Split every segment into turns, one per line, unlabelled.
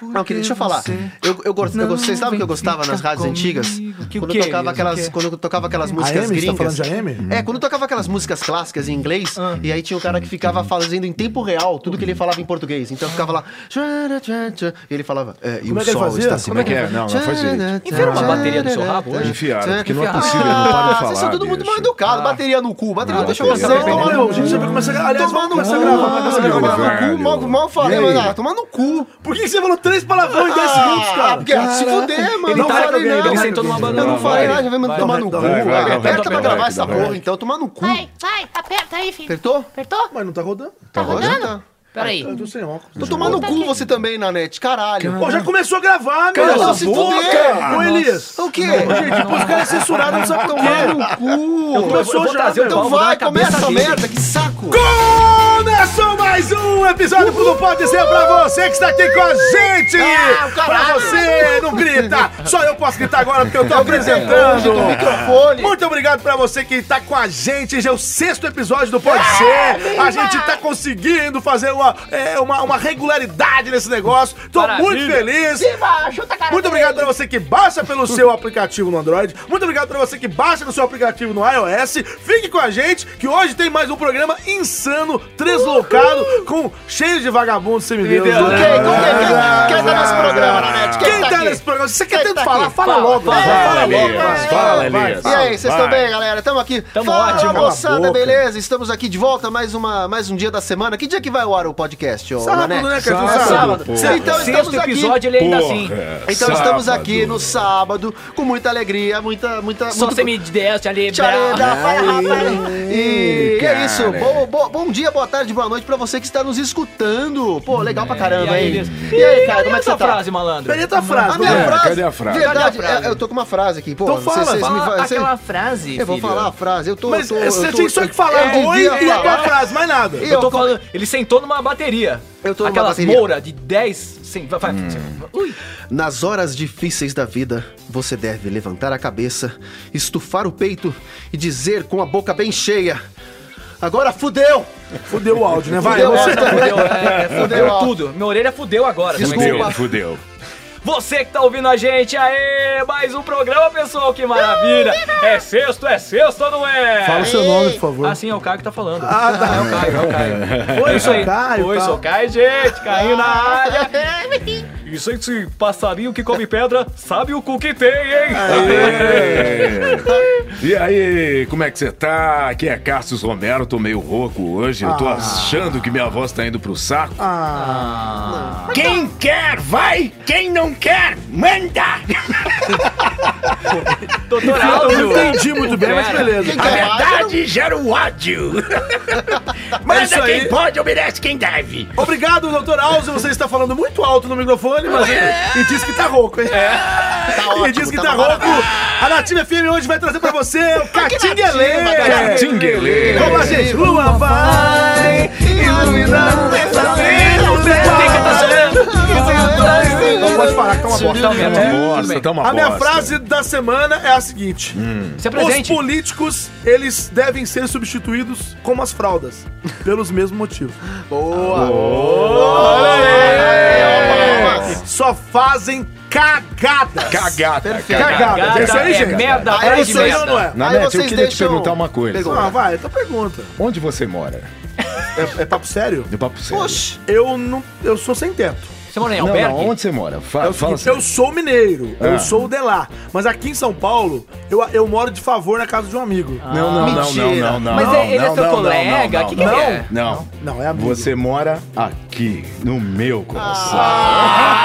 Não, querido, deixa eu falar. Eu, eu, gosto, eu gosto- vocês sabem o que eu gostava nas rádios antigas?
Que o
quando,
quê,
eu tocava
Elias?
aquelas,
O quê?
quando eu tocava aquelas músicas
AM? Você tá
gringas.
falando de Ah. AM?
É, quando eu tocava aquelas músicas clássicas em inglês, e aí tinha um cara que ficava fazendo em tempo real tudo que ele falava em português. Então eu ficava lá. tchá, tchá, tchá, E ele falava. É, e
Como
o
é que ele
sol
fazia?
está se
Como
é que ele-
mexendo.
não, não faz direito.
Enfiaram
uma bateria no seu rabo né? hoje?
Enfiaram, porque não é
Enfiaram.
possível, não
Ah,
podem falar,
Vocês são todo mundo
bicho.
mal educado. Bateria no cu, bateria,
Ah,
deixa eu
bateria.
gozar.
Não,
Olha,
Olha, a gente já vai começar a gravar. Aliás, vamos começar a gravar. Vai começar a
Meu
gravar.
velho.
Cu, mal, mal falei,
E aí?
mas ah, tomar no cu.
Por que que você falou três palavrões em 10 segundos,
Ah,
cara?
porque se fuder, mano.
Ele
não
tá
falei
ele,
nada.
ele sentou numa
Eu
banana.
não falei
vai.
nada, já vai me
Vai,
tomar
vai,
no cu.
vai,
vai, vai,
Ah, Aperta
vai,
pra gravar
vai,
essa
vai.
porra, então, tomar no cu.
Vai, vai, aperta aí, filho.
Apertou?
Apertou?
Mas não tá rodando.
Hum. Tá
Hoje
rodando? Tá
tá.
Pera aí.
Eu tô sem óculos.
Tô tomando no cu você também, Nanete, caralho.
Pô, já começou a gravar, meu.
Cala
Cala
a
a
boca.
boca. Ô, Elias.
O quê?
Gente, pô, os caras censuraram, não sabe por
Tomar
quê.
no cu.
Começou já, meu.
Então
pau, vou dar
vai,
na
começa
cabeça
essa
dele.
merda, que saco.
Começou mais um episódio do Não Pode Ser pra você que está aqui com a gente!
Ah, o
pra
caralho.
você, não grita! Só eu posso gritar agora porque eu tô
Longe do
apresentando!
um microfone.
Muito obrigado pra você que tá com a gente. Esse é o sexto episódio do Pode Ser. A gente tá conseguindo fazer uma, é, uma, uma regularidade nesse negócio. Tô muito feliz. Muito obrigado pra você que baixa pelo seu aplicativo no Android. Muito obrigado pra você que baixa no seu aplicativo no iOS. Fique com a gente, que hoje tem mais um programa insano, deslocado, com cheio de vagabundos né? semideuses.
Ok, quem é- quem- quem tá nesse programa, Nanete?
ah, Quem tá
aqui?
nesse programa? Se você quer
Quem
tanto
tá
falar,
aqui?
fala
Fala,
logo. né?
fala,
Fala
Fala,
logo.
Elias. Fala, Elias.
E aí, vocês estão
Vai.
bem, galera? Tamo aqui.
Tamo
Fala,
ótimo.
Cala
moçada,
a boca.
beleza? Estamos aqui de volta, mais, uma, mais um dia da semana. Que dia que vai ao ar o podcast, ô
Sábado,
Nanete?
né, cara?
É
Sábado,
sábado.
pô.
Então
Sexto
estamos aqui...
episódio, ele ainda assim.
Então estamos aqui no sábado, com muita alegria, muita... muita
Só
muito-
você me desse ali.
Tchau,
brá.
rapaz, rapaz. E
cara.
é isso. Bom, bom, bom dia, boa tarde, boa noite pra você que está nos escutando. Pô, legal pra
É, E
caramba,
aí,
hein?
Elias?
E aí, cara, como é que
essa
você tá?
frase, malandro?
Peraí, tá a
A
frase.
minha
É,
né?
frase.
cadê a frase?
Verdade,
Cadê a frase?
é, eu tô com uma frase aqui, pô.
Então fala,
Fala
me- vocês-
aquela frase,
Eu vou
filho.
falar a frase, eu tô.
Mas
eu tô-
é, você
eu tô-
tinha só que falar
eu
oi e
devia
a
É, falar.
tua frase, mais nada.
Eu-
Eu tô falando, ele sentou numa bateria.
Eu tô numa
Aquelas
bateria.
moura de 10. Sim, vai, vai.
Hum.
Ui.
Nas horas difíceis da vida, você deve levantar a cabeça, estufar o peito e dizer com a boca bem cheia: Agora fudeu!
Fudeu o áudio, né? Vai,
Fudeu,
você-
áudio também.
Fudeu, é, é,
Fudeu,
fudeu
ó.
tudo. Minha orelha fudeu agora. é
Desculpa.
também.
Fudeu, fudeu.
Você que tá ouvindo a gente, aê! Mais um programa, pessoal, que maravilha! É sexto, é sexto ou não é?
Fala o seu nome, por favor.
Assim é o Caio que tá falando. Ah, tá. É o Caio, é o Caio. Oi, isso aí.
Caio,
Oi,
tá. Ah.
sou o Caio, gente. Caiu na área.
Tá.
Isso aí, esse passarinho que come pedra sabe o cu que tem, hein?
Aê! E aí, como é que você tá? Aqui é Cássio Romero, tô meio rouco hoje. Eu tô achando que minha voz tá indo pro saco. Ah. Quem quer, vai! Quem não quer, manda!
Doutor
Eu
Aldo. É.
não entendi muito bem, mas
Cara,
beleza.
É. Quem quer mais?
gera o ódio!
é
Manda isso quem aí.
pode, obedece quem deve!
Obrigado, doutor Alzo. Você está falando muito alto no microfone, mas. E diz que tá rouco, hein?
Tá
e diz que tá,
É. tá
rouco. A Nativa FM hoje vai trazer pra você o
Tá
Catinguelê.
Tinguele!
Como a gente lua vai iluminando essa tá Não pode parar, calma, bosta.
Tá mesmo, né?
Nossa, tá uma
A minha
bosta. Hum.
frase da semana é a seguinte:
Se
Os
apresente.
políticos, eles devem ser substituídos como as fraldas, pelos mesmos motivos.
Ah,
Só fazem cagadas.
Cagata,
Perfeito.
cagata.
Cagada. Isso aí,
é
gente.
merda,
Aí
atrás de
vocês-
merda.
não é?
Na
Aí
net, eu
vocês
queria te
deixam-
perguntar uma coisa.
Pegou.
Ah, vai, tua pergunta.
Onde você mora?
É, é papo sério?
De papo sério.
Poxa,
Eu não. Eu sou sem teto.
Você mora em
não, não,
albergue?
onde você mora? Fa-
É o
fala
seguinte,
sério.
eu sou mineiro,
Ah.
eu sou o Delá. Mas aqui em São Paulo, eu, eu moro de favor na casa de um amigo.
Não, não, não, não,
Mentira.
não, não.
Mas é- ele é
não,
seu
não, não,
colega?
não,
Que que
não,
ele é?
Não.
Não, é amigo.
Você mora aqui, no meu coração.
Ah,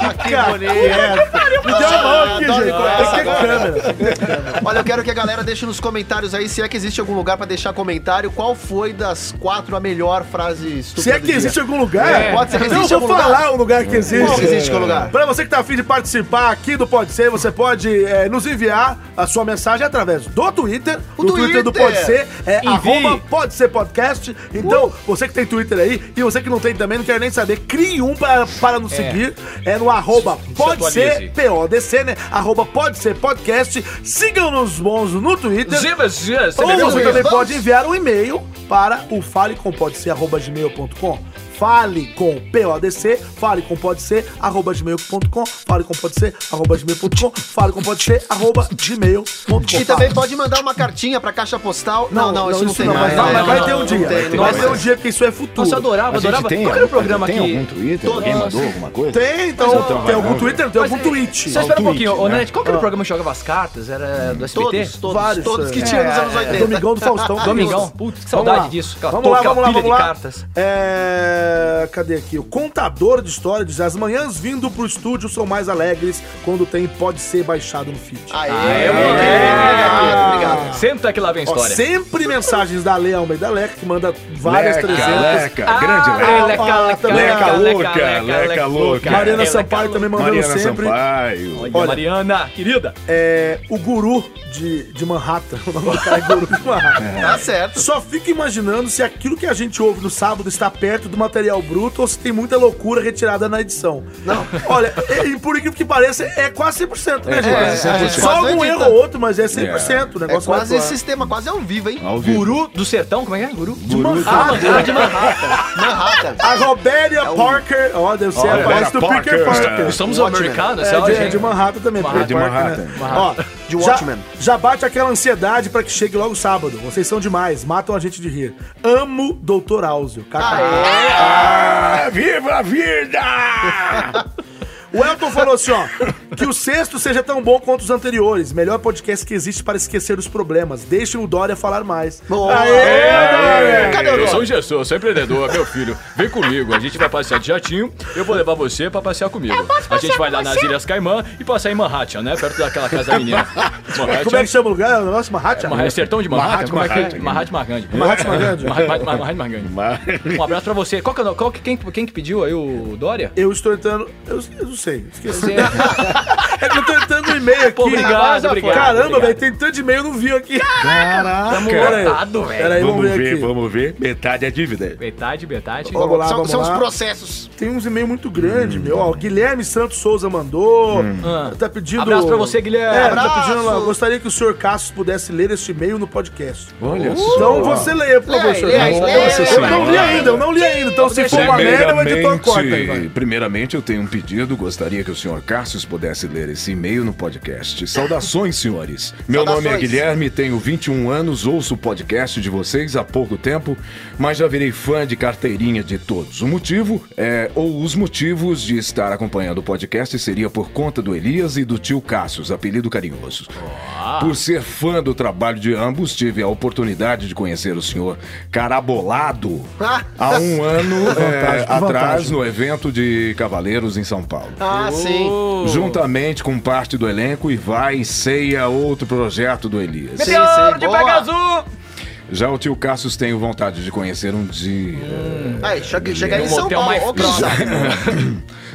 Ah,
que bonito.
Me
Ah,
deu a mão aqui,
Adoro
gente.
essa
Eu tenho câmera.
Olha, eu quero que a galera deixe nos comentários aí, se é que existe algum lugar pra deixar comentário, qual foi das quatro a melhor frase estúpida
Se é
do
que
dia?
existe algum lugar,
É, pode ser que
eu
existe
vou
algum
falar
lugar.
um lugar que existe.
Qual que existe que é o lugar?
Para você que tá afim de participar aqui do Pode Ser, você pode eh, nos enviar a sua mensagem através do Twitter.
O
O Twitter do
Twitter. Uh!
Pode Ser é
Envie.
arroba Pode Ser Podcast. Então, você que tem Twitter aí e você que não tem também, não quer nem saber, crie um para, para nos seguir. É no arroba Pode Ser,
atualize.
P-O-D-C, né? Arroba Pode Ser Podcast. Sigam-nos bons no Twitter.
Ziba, ziba, ziba.
Ou você também
Vamos.
pode enviar um e-mail para o falecompodc.gmail.com Fale com PODC, fale com pode ser, arroba gmail.com, fale com pode ser, arroba gmail.com, fale com pode ser, arroba gmail.com.
E também pode mandar uma cartinha pra caixa postal. Não, não, isso não tem
mas
mais.
vai-
Não,
vai
não,
ter um
não
dia.
tem, não
Vai
tem
ter um
mais.
dia, porque isso é futuro.
Nossa, eu adorava,
A gente
adorava.
tem,
Qual era o programa
tem
aqui?
algum Twitter? Alguém mandou alguma coisa?
Tem, então,
Mas eu-
tem algum
Mas-
Twitter? Tem
Mas,
algum
é,
tweet. Ah.
Só espera um
Tweet,
pouquinho, ô
né?
Nanete, qual que era o programa que jogava as cartas? Era do SBT?
Todos, todos,
Vários,
todos que
é.
tinha nos anos 80.
Domingão do Faustão.
Domingão, putz, que
Vamos
saudade
lá.
disso. Aquela
vamos lá,
touca,
vamos lá,
pilha
vamos
de
lá.
cartas.
É, cadê aqui? O contador de histórias. As manhãs vindo pro estúdio são mais alegres quando tem pode ser baixado no feed.
Aê,
Aê,
obrigado, obrigado.
Senta que lá vem a
É. Ó,
história.
sempre mensagens da Leia Almeida Leca, que manda várias
Leca,
300.
Leca,
Ah,
grande Leca.
Ah,
leca,
também.
leca,
Leca
leca,
louca,
leca,
leca
leca
louca.
louca.
Mariana
Leca
Sampaio
louca.
também mandando
Mariana
sempre.
Sampaio.
Olha,
Olha.
Mariana, querida.
É, o guru de, de Manhattan. O nome do cara é guru de Manhattan.
Tá certo.
Só fico imaginando se aquilo que a gente ouve no sábado está perto do material bruto ou se tem muita loucura retirada na edição. Não. Olha, e, e por incrível que pareça, é quase 100%, né,
É,
gente?
quase
É,
100%.
Só algum
Quase
erro
edita.
ou outro, mas é 100%. O
É
negócio
quase
vai
esse sistema, quase ao vivo, hein?
Ao vivo.
Guru do sertão, como é que é? Guru?
Guru.
Ah, Guru de Manhattan.
Manhattan. É
A Robéria Parker. Ó, deve ser a
Olha,
voz do
Parker.
Picker Parker.
Somos
Watchmen.
americanos,
É,
sabe?
de, é de Manhattan também.
Manhattan.
Picker
De
Parker, né?
Manhattan.
Ó,
De
já-
Watchmen.
Já, bate aquela ansiedade pra que chegue logo sábado. Vocês são demais, matam a gente de rir. Amo Doutor Áuzio.
é?
KKK.
Ah, viva a vida!
O Elton falou assim, ó. Que o sexto seja tão bom quanto os anteriores. Melhor podcast que existe para esquecer os problemas. Deixem o Dória falar mais.
Boa. Cadê o
É, Eu sou
nome?
um gestor, sou empreendedor, meu filho. Vem comigo, a gente vai passear de jatinho. Eu vou levar você pra passear comigo.
Eu posso
a gente
passear
vai
com
lá nas
você?
Ilhas Caimã e passar em Manhattan, né? Perto daquela casa da menina. Manhattan.
Como é que chama o lugar? Nossa, Manhattan?
É Manhattan, sertão de Manhattan?
Manhattan,
Como é que é?
Manhattan.
Manhattan Margande.
Manhattan Margande?
Manhattan Manhattan Margande. Um abraço pra você. Qual que é o nome? Qual que- quem, quem que pediu aí o Dória?
Eu estou entrando... Eu, eu não sei, esqueci.
Você-
É que eu tô entrando no e-mail aqui.
Pô, obrigado, obrigado,
Caramba,
obrigado.
velho, tem tanto e-mail, eu não vi aqui.
Tamo
Caraca!
lotado,
Pera
Tá velho.
aí, vamos
Vamos
ver
ver,
aqui.
vamos ver. Metade é dívida.
Metade, metade.
Ó, Vamos lá,
são,
vamos
são os
lá.
processos.
Tem uns e-mail muito grande, meu. Ó, Guilherme Santos Souza mandou.
Hum.
Ah.
Tá pedindo.
Abraço pra você, Guilherme.
É, tá
Abraço.
pedindo lá. Gostaria que o senhor Cassius pudesse ler este e-mail no podcast.
Olha
Então você leia, por
Lê
favor,
aí,
senhor.
lê aí, lê
Nossa
aí.
eu não li
senhora.
ainda, eu não li ainda. Então, se for uma merda, o editor corta. aí, vai.
Primeiramente, primeiramente, eu tenho um pedido. Gostaria que o senhor Cassius pudesse ler esse e-mail no podcast. Saudações, senhores. Meu nome é
Saudações.
Guilherme, tenho 21 anos, ouço o podcast de vocês há pouco tempo, mas já virei fã de carteirinha de todos. O motivo é, ou os motivos de estar acompanhando o podcast seria por conta do Elias e do tio Cassius, apelido carinhoso.
Ah.
Por ser fã do trabalho de ambos, tive a oportunidade de conhecer o senhor Carabolado
Ah.
há um ano é,
vantagem, que
atrás
vantagem.
no evento de Cavaleiros em São Paulo.
Ah, sim.
Juntamente com parte do elenco e vai ceia outro projeto do Elias.
Sim,
Meteoro
sim,
de
boa.
Pegasus!
Já o tio Cassius tenho vontade de conhecer um dia.
Aí, chega, chega aí em
Um
São
hotel
Paulo.
mais
ô, Cross.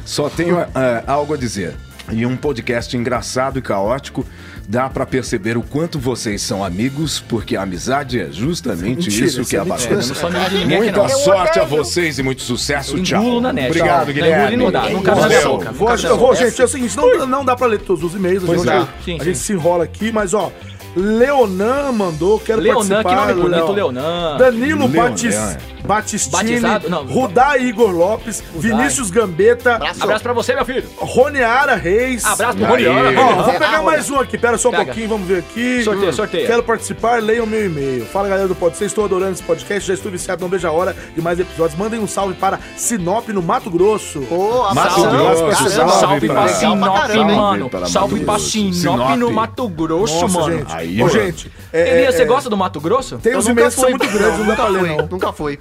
Só tenho é, algo a dizer. E um podcast engraçado e caótico dá pra perceber o quanto vocês são amigos, porque a amizade é justamente
Mentira,
isso que
isso é
a
mentira.
Eu não
balança.
sou amigo de ninguém aqui, não.
Muita sorte a vocês e muito sucesso.
Eu
Tchau.
engulo na net.
Obrigado,
Tchau.
Guilherme.
Engulo e não dá, não cabe
Valeu.
na boca.
Vou,
Cada
eu
um.
vou, gente, é o seguinte, não, não dá pra ler todos os e-mails, a gente,
é.
Sim, sim.
a gente se enrola aqui, mas ó, Leonan mandou, quero
Leonan, que
participar.
nome bonito, Leonan.
Danilo
Leonan,
Batis,
é.
Batistini,
Batizado? Não.
Rudai Igor Lopes, Vinícius Gambetta,
Abraço pra você, meu filho.
Roniara Reis.
Abraço pro
Aí.
Roliana.
Ó, vou
É,
pegar
ah,
mais um aqui, pera só um
Pega.
pouquinho, vamos ver aqui.
Sorteia, sorteia.
Quero participar, leiam meu e-mail. Fala galera do Pode Ser, estou adorando esse podcast, já estou viciado, não vejo a hora de mais episódios. Mandem um salve para Sinop, no Mato Grosso.
Ô,
Mato
abraço.
Grosso,
Caramba.
salve
Salve pra
pra-
Sinop,
caramba, hein?
mano.
Para
Salve
Mato
pra
Grosso.
Sinop
Sinop.
no Mato Grosso, mano.
gente.
Aí,
Ô,
mano.
gente, é, é,
Elias, você
é,
gosta do Mato Grosso?
Tem
Eu
uns
nunca
e-mails que são
fui.
muito grandes, não dá pra
Nunca
ler,
foi,
não.
nunca foi.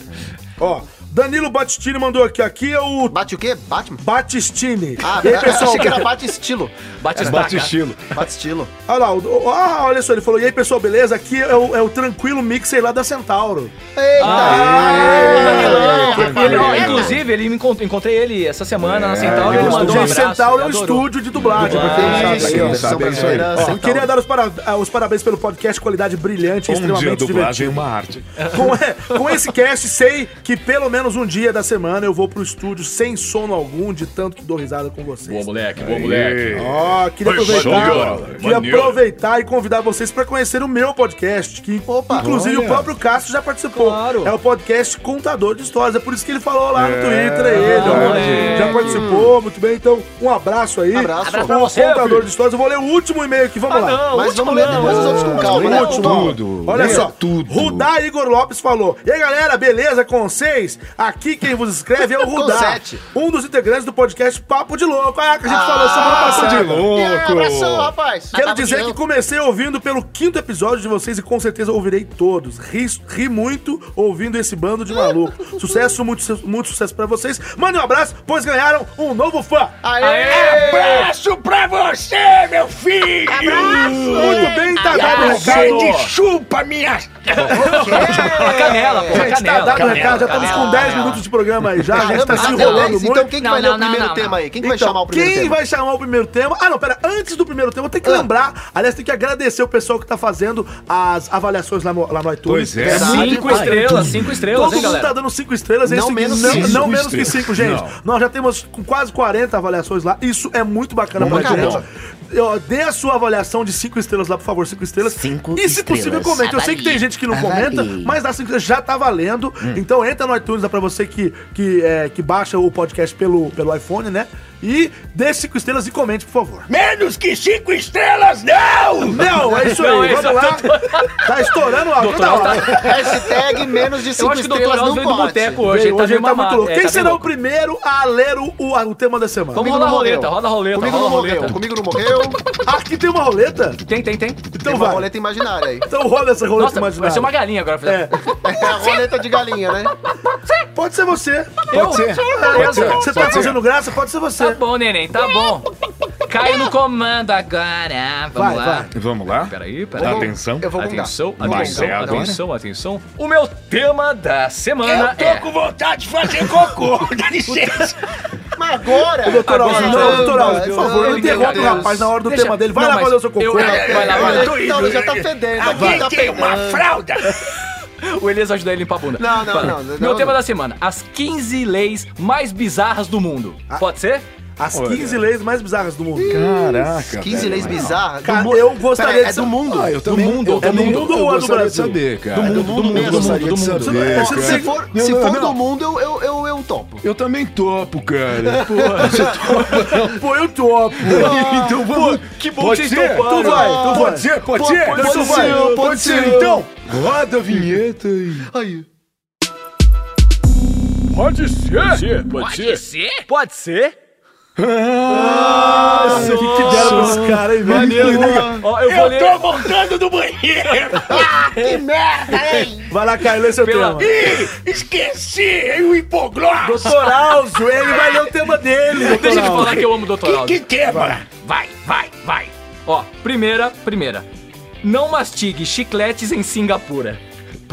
Ó, Danilo Batistini mandou aqui, aqui é o
Bate o quê? Batman?
Batistini.
Ah,
e aí, pessoal,
achei que era bate estilo.
um É,
Bate estaca.
Bate estilo.
Bate estilo.
olha lá, o- o- ah, olha só, ele falou, e aí, pessoal, beleza? Aqui é o, é o tranquilo mixer lá da Centauro.
Eita!
É,
E ele, ó,
Valeu.
inclusive, ele me encont- encontrei ele essa semana na Centauro.
ele
Ele
gostou.
mandou um
Gente,
abraço.
Centauro é um
ele adorou.
estúdio de dublagem. pra quem não sabe.
Ah,
Isso,
isso,
sabe,
são
é isso aí.
brasileiras,
Ó,
sem
queria
tal.
dar os, para- ah, os parabéns pelo podcast, qualidade brilhante,
Um dia
extremamente
dublagem
divertido.
é uma arte.
Com, com esse cast, sei que pelo menos menos um dia da semana eu vou pro estúdio sem sono algum, de tanto que dou risada com
Boa,
vocês.
moleque, boa,
É.
moleque.
Ó, queria
Foi show de bola.
aproveitar, queria
Maneiro.
aproveitar e convidar vocês pra conhecer o meu podcast, que inclusive o próprio Cássio já participou.
Claro.
É o podcast Contador de Histórias, é por isso que ele falou lá no Twitter, é ele,
Ah,
ó,
moleque.
já participou, muito bem, então um abraço aí.
Abraço. Abraço
pra
pra
você,
Contador
filho.
de Histórias, eu vou ler o último e-mail aqui, vamos
Ah,
lá.
não,
Mas
último
vamos ler
não.
depois os outros com calma, né?
Leia
Último, ó.
tudo,
Olha
leia
só.
é
tudo.
Rudá Igor Lopes falou. E aí, galera, beleza com vocês? Aqui quem vos escreve é o
Com
Rudá,
sete.
um dos integrantes do podcast Papo de Louco. Ah, que a gente falou semana passada.
de louco.
abração, rapaz.
Quero
Papo de
dizer que
louco.
comecei ouvindo pelo quinto episódio de vocês e com certeza ouvirei todos. Ri, ri muito ouvindo esse bando de maluco. sucesso, muito, su- muito sucesso pra vocês. Mande um abraço, pois ganharam um novo fã.
Aê!
Abraço pra você, meu filho!
Muito bem, tá dado o recado.
Cacete, chupa minhas...
A canela, pô, a
Gente, tá
canela.
dado o recado, já estamos com 10 minutos de programa aí já, a gente
Caramba,
tá se
até
enrolando
dez.
muito.
Então quem que
Não,
vai ler o
não, não,
primeiro
não,
tema
não.
aí? Quem que vai
Então,
chamar o primeiro
quem
tema?
vai chamar o primeiro tema? Ah, não, pera. Antes do primeiro tema, eu tenho que
Ah.
lembrar. Aliás, tem que agradecer o pessoal que tá fazendo as avaliações lá no, lá no iTunes.
Pois é.
Verdade.
Cinco
Ai,
estrelas, cinco estrelas,
Todo
hein,
mundo tá
galera?
dando cinco estrelas.
Não
isso que-
menos
não,
cinco
não menos que
estrelas.
cinco, gente.
Não.
Nós já temos com quase 40 avaliações lá. Isso é muito bacana
Bom
pra
pra
gente.
caramba.
Eu, dê a sua avaliação de cinco estrelas lá, por favor, cinco estrelas.
Cinco
e se possível,
estrelas.
comenta. Eu sei que tem
Avalie.
gente que não
Avalie.
comenta, mas mas dá cinco estrelas, já tá valendo. Então entra no iTunes, dá pra você que, que, é, que baixa o podcast pelo, pelo iPhone, né? E dê cinco estrelas e comente, por favor.
Menos que cinco estrelas, não!
Não, é isso aí.
Não, é
Vamos
isso,
lá. Tá estourando a toda hora.
Hashtag menos de
Eu
5
acho que o doutor
estrelas
Alves
não
veio do
pode.
boteco hoje,
Bem,
ele tá
hoje
meio
ele tá muito
mamado.
louco.
É,
Quem
tá bem
será o
louco.
primeiro a ler o, o, a- o tema da semana?
Vamos
Comigo
rolar a
não
roleta,
morreu.
roda a roleta,
Comigo
roda
não
a
morreu.
roleta. Então
Comigo não morreu.
Aqui tem uma roleta?
Tem, tem, tem.
Tem
Então
uma
vai.
roleta imaginária aí.
Então rola essa roleta
Nossa, vai
imaginária.
ser uma galinha agora. filha.
É.
É a roleta de galinha, né?
Pode ser você.
Eu?
Pode
Beleza.
ser. Você tá fazendo graça? Pode ser
Tá
você.
bom, neném, tá bom.
Caio no comando agora.
Vai,
Vamos lá.
vai.
Vamos lá?
Peraí, peraí.
Vou-
Atenção.
Eu vou gongar.
Atenção,
Vai,
atenção,
é
né?
agora.
atenção, atenção. O meu tema da semana
Eu tô
é...
com vontade de fazer cocô, dá licença.
Mas agora...
Doutor Alves,
Agora,
não,
caramba,
doutor Alves, por
não,
favor, não
meu
interrompe o
Deus.
rapaz na hora do
Deixa-
tema dele. Vai
Não,
lá
mas
fazer o seu
eu-
cocô.
É, vai lá, vai lá.
Eu tô indo. já tá fedendo,
Alguém
aqui tá
né? tem uma
pegando.
fralda?
O Elias ajuda ele a limpar a bunda.
Não, não,
Fala.
não, não,
Meu
não,
tema
não.
da semana: as 15 leis mais bizarras do mundo.
Ah.
Pode ser?
As 15 leis mais bizarras do mundo.
Caraca.
15 leis bizarras.
Cara,
Do mu-
eu gostaria
Peraí,
de
É do
saber-
mundo?
Ah, eu também,
mundo,
eu
do
também-
mundo
eu
ou é do
gostaria de
Brasil?
saber, cara.
Do mundo mesmo,
gostaria
do
de
mundo.
saber,
Se,
cara.
se for,
Não,
se
não,
for
não.
do mundo, eu, eu, eu, eu topo.
Eu também topo, cara. Pô,
Pô, eu topo.
então vamos.
que bom
Pode
que vocês
ser?
toparam.
Então vai, então
Pode
Pode ser, pode
Pô,
ser?
pode ser,
Então vai,
pode
Pode ser,
ser.
então. Roda a vinheta e.
Aí.
Pode ser, pode
Pode ser?
Pode ser?
Ah,
Nossa, o que que deram pra esse cara, hein, velho?
Ó, eu vou
Eu tô
ler.
voltando do banheiro!
Que merda, hein?
Vai lá, Caio, lê seu
Pela-
tema.
Ih, esqueci o hipoglós!
Doutor Alzo, ele vai ler o tema dele, É doutor
Deixa eu te
Alzo.
falar que eu amo o Dr.
Que,
Aldo.
que tema?
Vai, vai, vai.
Ó, primeira, primeira. Não mastigue chicletes em Singapura.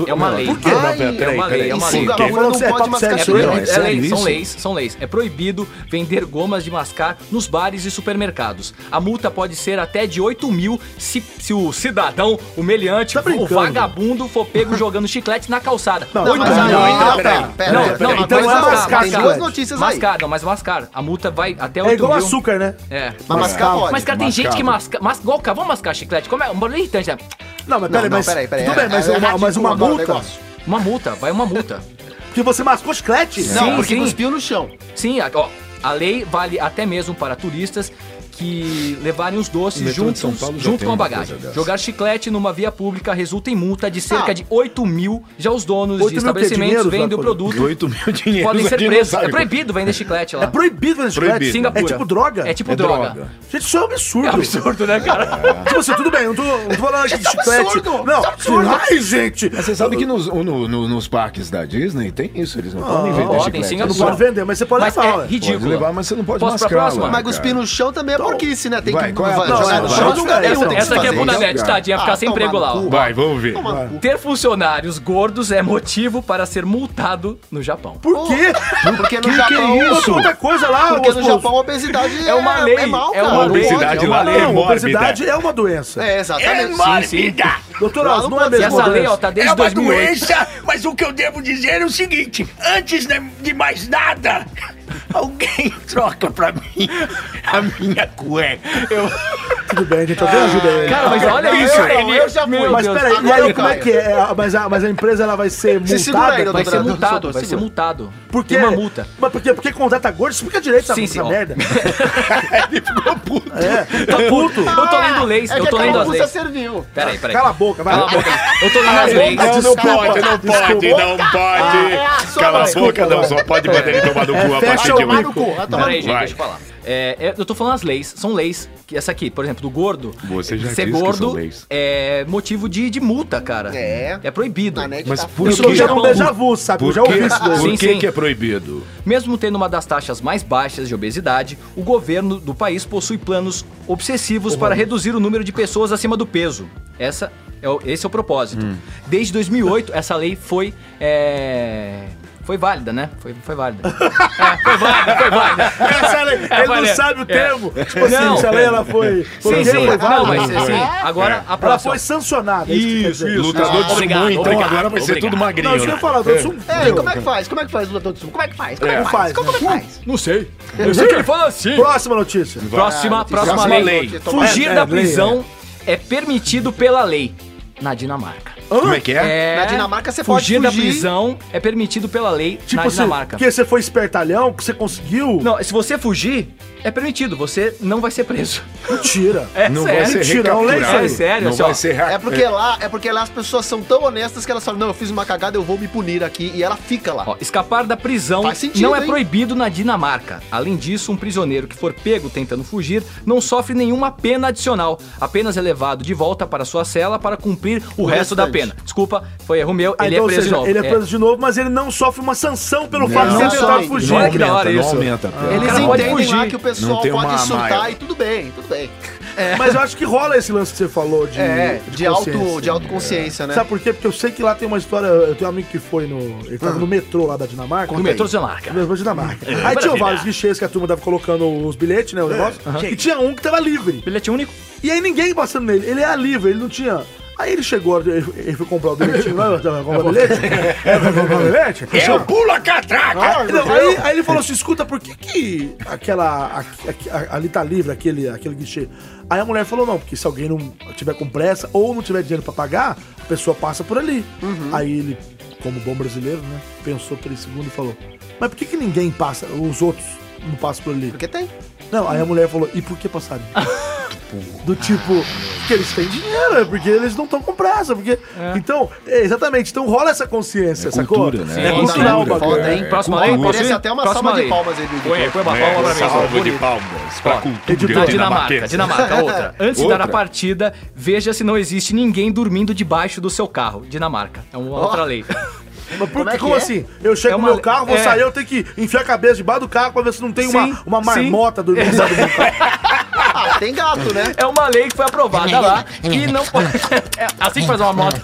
É uma lei.
por quê?
Ah,
Ai,
é uma lei, é uma lei.
Singapura
Falando
não
sério,
pode
papo
É
sério,
mascar
isso aí,
chiclete.
proibido,
ó,
é
sério
lei, são
isso?
leis, são leis. É proibido vender gomas de mascar nos bares e supermercados. A multa pode ser até de 8 mil se, se o cidadão, o meliante,
Tá
o
brincando,
vagabundo for pego jogando chiclete na calçada.
Não,
Não,
Muito
mas
bom,
aí-
então,
ah,
peraí.
tá, pera,
Não,
pera,
não,
pera,
então
mas
é
mascar,
mascar,
Tem duas
chiclete.
notícias aí.
Mascar, não, mas mascar. A multa vai até 8
É igual
mil.
açúcar, né?
É.
Mas mascar pode.
Mas, cara, tem
Mascar.
gente que masca. Mas, igual, cara, vamos mascar chiclete. Como é? Um barulho irritante, né?
Não, mas
Não,
peraí,
não,
mas...
peraí, peraí.
Tudo bem, mas
É- é
uma- mas
radicou
uma
agora o
multa?
negócio.
Uma multa, vai uma multa.
Que você mascou chiclete?
Sim.
Não, porque cuspiu no chão.
Sim, a- ó, a lei vale até mesmo para turistas que levarem os
O
doces
metrô de
juntos,
São Paulo já
junto
tem
com a
uma
bagagem.
coisa dessa.
Jogar chiclete numa via pública resulta em multa de cerca
Ah.
de 8 mil. Já os donos
8
de
mil o quê?
estabelecimentos
Dinheiros,
vendem o
Marco?
produto
8 mil dinheiros.
podem ser
aqui não
presos.
sabe.
É proibido vender chiclete lá.
É proibido fazer chiclete?
Proibido.
Singapura.
É tipo droga?
É tipo
É
droga.
droga.
Gente, isso é um absurdo.
É absurdo, né, cara?
Tipo assim, tudo bem, eu não tô, não tô falando aqui de chiclete.
absurdo,
Não,
isso é absurdo.
ai, gente.
Mas você sabe que nos, no- no- nos parques da Disney tem isso, eles não
Ah,
podem vender
podem,
chiclete.
Singapura.
Não pode vender, mas você pode
Mas
levar,
é
ué.
ridículo.
levar, mas você não pode
Posso pra
mascar
próxima?
lá.
Mas
cara.
cuspir no chão também é
Então
porquice, né? Tem
Vai,
que.
qual é a
vai,
próxima?
jogar no chão,
Vai,
não ganha,
essa,
tem que
essa aqui é
fazer
bunda
isso.
net, tadinha,
Ah,
ficar sem
tomar
emprego
no
lá.
cu.
ó.
Vai, vamos ver.
Toma no cu.
Ter funcionários gordos é motivo para ser multado no Japão.
Por quê? é
Porque no Japão. é
Isso. Outra coisa lá,
Porque no
Ospo.
Japão a obesidade é
uma lei,
É, mal,
é
cara,
uma
não
lei.
pode,
Obesidade
é uma
lá
lei.
é
Não,
mórbida.
obesidade é uma doença.
É, exatamente.
Doutor
Lá
Oz,
não
não é
pode ser.
E
mesmo?
essa lei, ó, tá desde
é uma
2008.
doença, mas o que eu devo dizer é o seguinte: antes de de mais nada, alguém troca pra mim a minha cueca.
Tudo bem, gente, alguém ajuda ele.
Cara, mas olha
eu
isso.
não, eu já fui.
Meu
Mas
Deus.
peraí, e
agora eu
aí como é
caio.
que é? A- Mas a, mas a empresa ela vai ser
Se segura aí,
multada?
doutor.
Vai ser
Doutor,
multado,
doutor,
vai ser
segura.
multado.
Porque,
Tem uma multa.
Mas porque, porque contrata gordo, explica direito essa,
Sim,
tá essa
sim, ó.
merda.
Ele ficou puto.
É.
Tá puto. Eu tô lendo leis,
É que
eu tô
a
lendo as
carapuça
leis.
serviu.
Peraí, peraí.
Cala a boca, vai.
Cala a boca. Eu tô lendo as leis.
Não, não
Desculpa.
pode, não pode, não
Ah, é,
pode. Cala a boca, não, só pode bater ele tomar no cu a
É, fecha
partir
o
de
Tomar
hoje.
no cu. vai tomar no
Peraí,
cu.
gente,
Vai.
deixa eu falar. É, é, eu tô falando as leis, são leis. que Essa aqui, por exemplo, do gordo.
Você já
ser
disse que
gordo
são leis.
é motivo de, de multa, cara.
É.
É proibido.
Na net
Mas
tá
por é
Isso
que-
não
é
gera um
Japão.
déjà vu, sabe? Eu
Por
já ouvi isso
né?
que,
daí.
Sim,
por que,
sim.
que é proibido?
Mesmo tendo uma das taxas mais baixas de obesidade, o governo do país possui planos obsessivos para reduzir o número de pessoas acima do peso. Essa é o- esse é o propósito.
Hum.
Desde 2008, essa lei foi. é, Foi válida, né? Foi, foi válida. É, foi válida, foi válida.
Essa é lei, ele não
valeu.
sabe o termo. Tipo
É, Não. é.
assim, essa lei ela foi.
Sim,
foi-
sim.
foi
Não, mas
válida. é.
sim. Agora a
Ela
próxima.
foi sancionada. é isso que quer dizer.
Lutador de
Ah, Obrigado,
sumo, então, que
obrigado,
agora vai ser
obrigado.
tudo magrinho. né?
Não, isso que eu
né?
ia falar, eu sou um
É, e como é que faz? Como é que faz o doutor de sumo? Como é que faz? Como é
É.
que faz? Como é que faz?
Não sei. Eu sei que ele fala assim.
Próxima notícia.
Próxima, próxima,
Próxima
lei.
lei.
Fugir
É, é,
da
lei,
prisão é permitido pela lei na Dinamarca.
Como é que é?
Na Dinamarca você pode
fugir da
fugir.
prisão é permitido pela lei
Tipo
na
assim,
Dinamarca.
porque você foi espertalhão, que você conseguiu.
Não, se você fugir, é permitido, você não vai ser preso.
Mentira.
É
Não vai
sério.
ser
Mentira, não lembro
recapturado.
isso aí. Sério,
Não
assim, ó.
vai ser né?
É
ra-
porque lá, é porque lá as pessoas são tão honestas que elas falam, não, eu fiz uma cagada, eu vou me punir aqui. E ela fica lá.
Ó, escapar da prisão
Faz sentido,
não é
hein?
proibido na Dinamarca. Além disso, um prisioneiro que for pego tentando fugir não sofre nenhuma pena adicional. Apenas é levado de volta para sua cela para cumprir o, resto da
restante.
pena. Desculpa, foi erro meu.
Ah,
ele
então,
é
ou
preso de
seja,
novo.
ele é
É.
preso de novo, mas ele não sofre uma sanção pelo fato de
não
você tentar
sofre.
fugir.
Olha que da hora
não
isso.
aumenta.
Ele
Eles
não pode
entendem
fugir.
lá que o pessoal
Não tem uma
pode surtar
maia.
e tudo bem, tudo bem.
é?
Mas eu acho que rola esse lance que você falou de.
É, de,
consciência.
auto, de autoconsciência, né?
Sabe por quê? Porque eu sei que lá tem uma história. Eu tenho um amigo que foi no. Ele tava no metrô lá da Dinamarca.
No Hum. metrô de É. Dinamarca.
Mesmo Dinamarca. Aí tinha vários guichês que a turma tava colocando os bilhetes,
É.
né? O negócio. E tinha um que tava livre.
Bilhete único.
E aí ninguém passando nele. Ele era livre, ele não tinha. Aí ele chegou, ele ele foi comprar o bilhete. Não, eu tava comprando bilhete? É, vai comprar o bilhete? Ah,
Eu pulo a catraca!
Não, aí, aí ele falou assim: escuta, por que que aquela. a- a- a- ali tá livre, aquele, aquele guichê? Aí a mulher falou: não, porque se alguém não tiver com pressa ou não tiver dinheiro pra pagar, a pessoa passa por ali. Aí ele, como bom brasileiro, né, pensou três segundos e falou: mas por que que ninguém passa, os outros não passam por ali?
Porque tem.
É
Não, aí a mulher falou: e por que passaram? Do tipo,
Ah,
porque eles têm dinheiro, é porque eles não estão com pressa. Porque... Então, é, exatamente, então rola essa consciência, essa
cultura, né?
É
Sim,
cultural, o
cultura.
bagulho.
Foda, hein?
Próxima
Ó,
lei, posso
Merece
ir?
até uma
Próxima
salva de
lei.
palmas aí, Dudu.
Põe, põe uma
É,
palma pra mim.
salva de
bonito.
palmas pra cultura
Na Dinamarca, é
dinamarquesa.
Dinamarca, outra. Antes
Outra?
de dar a partida, veja se não existe ninguém dormindo debaixo do seu carro. Dinamarca. É uma outra lei.
Mas
Como
por como,
é que
como
é?
assim? Eu chego
É
no
uma-
meu carro, vou
é.
sair, eu tenho que enfiar a cabeça debaixo do carro pra ver se não tem
Sim,
uma, uma
sim.
marmota dormindo do meu carro.
Ah, tem gato, né?
É uma lei que foi aprovada lá que não pode. É assim que faz uma moto.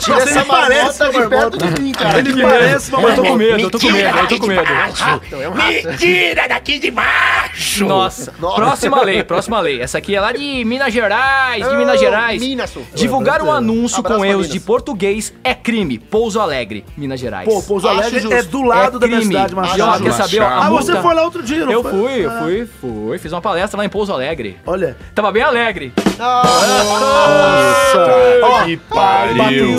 Tira
Mas ele
essa
parece
marmota
uma
de perto É
marmota.
de mim, cara.
Ele parece uma
Eu tô
marmota.
com medo, eu tô com
Me tira
medo, eu tô
daqui
com
de
medo.
baixo. Me tira daqui de baixo!
Nossa.
Nossa.
Próxima lei, próxima lei. Essa aqui é lá de Minas Gerais, de Minas
Ô,
Gerais.
Minas, sou.
Divulgar um anúncio
Abraço
com
pra
erros
Minas.
de português é crime. Pouso Alegre, Minas Gerais.
Pô, Pouso
Acho
Alegre é
justo.
do lado
É
da minha
crime.
cidade,
E ó,
Marcelo.
quer saber, ó, a
Ah, você
multa-
foi lá outro dia, não
Eu
foi?
fui, eu
Ah,
fui, fui. Fiz uma palestra lá em Pouso Alegre.
Olha,
Tava bem alegre.
Nossa, que pariu.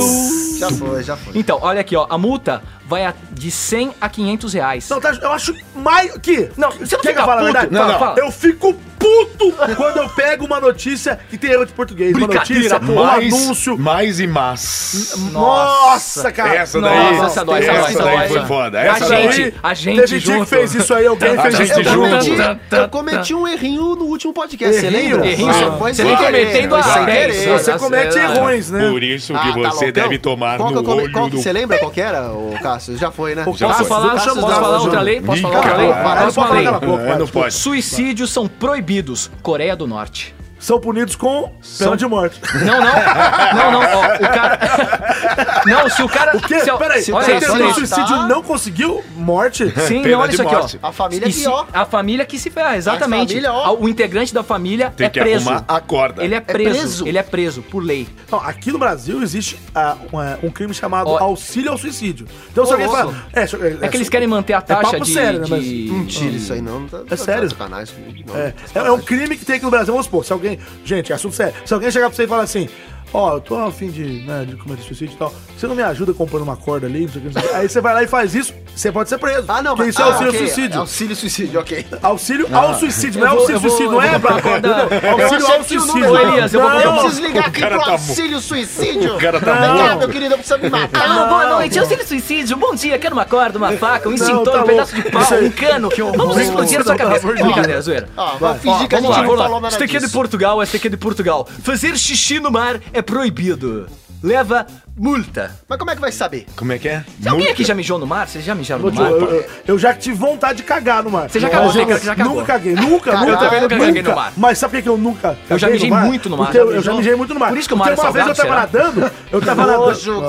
Já foi, já foi.
Então, olha aqui, ó. A multa vai a- de 100 a 500 reais.
não, tá, eu acho mais... Que?
Não, você não
Quer que
fica
eu fale a
puto?
verdade?
Não, não.
Eu fico puto quando eu pego uma notícia que tem erro de português. Uma
Brincadeira,
notícia, um
Mais,
anúncio.
mais e mais.
Nossa, cara.
Essa daí,
Nossa, essa dói, essa
essa
dói, essa
daí
dói.
foi foda.
A
Essa daí,
gente, a gente
Teve dia
junto.
que fez isso aí, alguém
A
fez
gente Tá,
isso.
Eu cometi,
junto.
eu cometi um errinho no último podcast, você
Errinho?
lembra?
Errinho,
Ah,
você vem cometendo
foi
a
sem
dez,
querer.
né?
Você comete
Ah,
erros, né?
por isso que
Ah, tá
você
loucão?
deve tomar
qual que
no
eu come-
olho
qual que
do...
Você lembra qual que era, ô, Cassius, já foi, né?
O
Já
Posso
foi.
falar,
Não
posso
chamou
falar
nada,
outra
Júnior.
lei? Posso falar
Ih,
outra lei?
cara,
vai,
Mais
vai,
uma
vai,
lei.
vai, vai.
É, não pode.
Suicídios são proibidos. Coreia do Norte.
São punidos com pena de morte.
Não, não. Não, não. ó, o cara. Não, se o cara.
O quê?
se- ó,
Peraí,
se-
você
olha isso,
tentou
olha isso.
suicídio e não conseguiu morte?
Sim,
Pena
olha
de
isso aqui,
morte.
ó.
A família é
E se-
pior.
a família que se ferra, exatamente.
família, ó.
O integrante da família
Tem
é
que
preso.
arrumar a corda.
Ele é preso.
preso?
Ele é preso por lei.
Não, aqui no Brasil existe ah, um, é, um crime chamado
Ó.
auxílio ao suicídio. Então se
Ô,
alguém
louco.
fala. É, so- é,
É que eles querem manter a taxa
papo
de,
sério, né,
de-
mas-
de-
Hum, Mentira isso aí, não. Tá- tá- tá
É sério?
sacanagem comigo, não. Tá
É, é, é um
sacanagem.
crime que tem aqui no Brasil. Vamos supor, se alguém. Gente, é assunto sério. Se alguém chegar pra você e falar assim. Ó, eu tô a fim de, né, de cometer suicídio e tal. Você não me ajuda comprando uma corda ali, não sei o que, não sei o que. Aí você vai lá e faz isso, você pode ser preso.
Ah, não,
porque
mas...
isso é
ah,
auxílio
ok,
ao suicídio.
Auxílio Ah. suicídio, ok.
Auxílio ao suicídio, não é
Eu vou- eu
auxílio ao
vou-
suicídio, não
eu
é,
vou
Braco?
colocar
Eu
Entendeu? um Auxílio
achei
ao
que tinha o
suicídio.
número, Elias, eu vou um
Não,
colocar
Eu
uma-
não,
preciso ligar aqui
cara
pro
tá mu-
auxílio suicídio.
O cara tá
Vem cá,
morto.
meu querido, eu preciso me matar.
Alô, boa noite. Eu sei de suicídio. Bom dia. Quero uma corda, uma faca, um extintor,
tá
um pedaço
louco.
de pau,
Isso aí.
um cano. Vamos
horror.
explodir a sua
Não, pelo
cabeça.
amor de
Brincadeira, zoeira.
Ó, vamos fingir que a
Vamos
gente
lá,
não
vamos
falou
lá.
nada
Esta aqui é de
disso.
Portugal, esta aqui é de Portugal. Fazer xixi no mar é proibido. Leva multa.
Mas como é que vai saber?
Como é que é?
Se alguém
Multa.
aqui já mijou no mar? Vocês já mijaram no
Tio,
mar?
eu, eu- eu já tive vontade de cagar no mar.
Você já cagou,
Mas
né,
eu
cara? Você já cagou.
Nunca caguei, nunca,
Caralho,
nunca.
eu também nunca
caguei no mar.
Mas sabe por que que eu nunca caguei
já mijei muito no mar,
Porque
já
eu, eu já
mijou?
mijei muito no mar.
Por isso que o mar é
Porque uma vez eu tava
salgado,
nadando, eu tava nadando...
Nojo.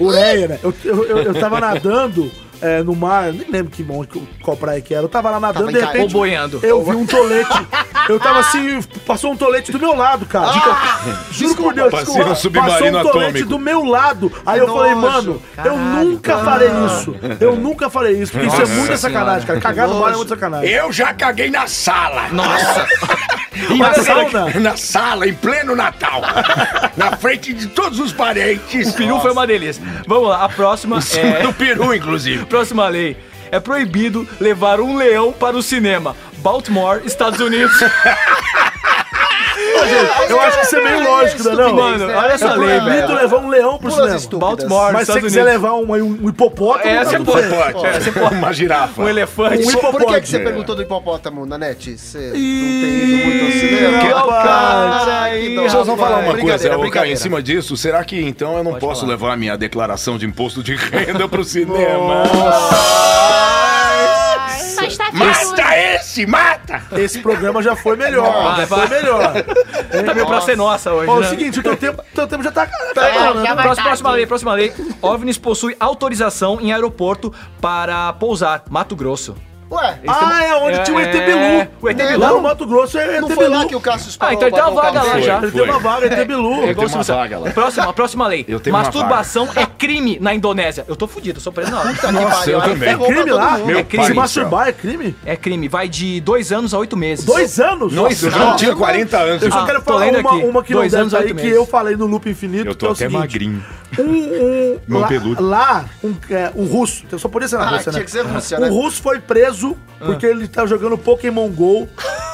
Ureia, né? Eu, eu, eu, eu tava nadando... é, no mar, eu nem lembro que bom, qual praia que era. Eu tava lá nadando,
Tava em
de
Cai-
repente.
ou boiando.
Eu vi um tolete. Eu tava assim, passou um tolete do meu lado, cara. Juro por Deus,
Parecia
desculpa.
um submarino
passou um tolete
atômico.
do meu lado. Aí eu
Nojo.
falei, mano, eu nunca farei isso. Eu nunca farei isso, porque isso é
Nossa
muita sacanagem, cara. Cagar no mar é muito sacanagem.
Eu já caguei na sala.
Nossa!
Na sauna?
é
Na sala, em pleno Natal. na frente de todos os parentes.
O peru foi uma delícia. Vamos lá, a próxima é.
Do peru, inclusive.
Próxima lei. É proibido levar um leão para o cinema. Baltimore, Estados Unidos.
Eu acho que isso é meio lógico, né, não?
Mano, olha essa
É
lei,
proibido
velho.
levar um leão pro
Pulas
cinema.
estúpidas.
Baltimore,
Mas se você
Estados
quiser
Unidos.
levar um, um hipopótamo,
É,
tá
você
tudo
pode.
certo.
Pode. Uma girafa.
Um elefante.
Um
Por- Por que,
hipopótamo.
que você perguntou do hipopótamo, Nanete? Você não tem ido muito ao
Ih,
cinema?
que rapaz.
Ai, que dó,
Deixa eu só falar
É,
uma
Brincadeira,
coisa, eu caí em
brincadeira.
cima disso. Será que então eu não posso levar a minha declaração de imposto de renda pro cinema?
Mas tá caro,
Mata esse, mata!
Esse programa já foi melhor.
Vai,
Já foi
vai.
melhor.
Tá meu pra ser nossa hoje.
Ó,
né?
o seguinte, o teu tempo, teu tempo já tá. tá
É,
acabando, né?
já vai
Próxima,
tarde.
próxima lei, próxima lei. OVNIs possui autorização em aeroporto para pousar. Mato Grosso.
Ué,
Ah, é onde tinha o ET
É,
Bilu.
o ET
Bilu.
Lá no Mato Grosso é
não
ET
foi lá que
Bilu.
o Cássio
Ah, então ele tem uma vaga lá já.
Ele tem uma vaga, ET Bilu.
É igual
tenho uma
Silvio
vaga
Santos.
lá.
Próxima, próxima lei.
Eu tenho uma
Masturbação é crime na Indonésia. Eu tô fudido, eu sou preso na hora.
Então.
Nossa,
eu também.
É crime lá?
Meu
É crime.
pai
Se
do
masturbar é crime?
É crime, vai de dois anos a oito meses.
Dois anos?
Nossa, eu já não tinha 40 anos.
Eu só
Ah,
quero
tô
falar
lendo
uma,
aqui.
uma que não
Dois
deve
anos,
aí,
oito
que
meses.
eu falei no Loop Infinito,
Ah, Eu
que
tô
é o
até
seguinte.
magrinho.
Um, um,
Mão
lá,
peludo.
lá, um, é, um russo, eu só podia ser na
Ah,
Rússia,
tinha
né?
que ser Rússia, né?
O russo foi preso porque ele tá jogando Pokémon GO,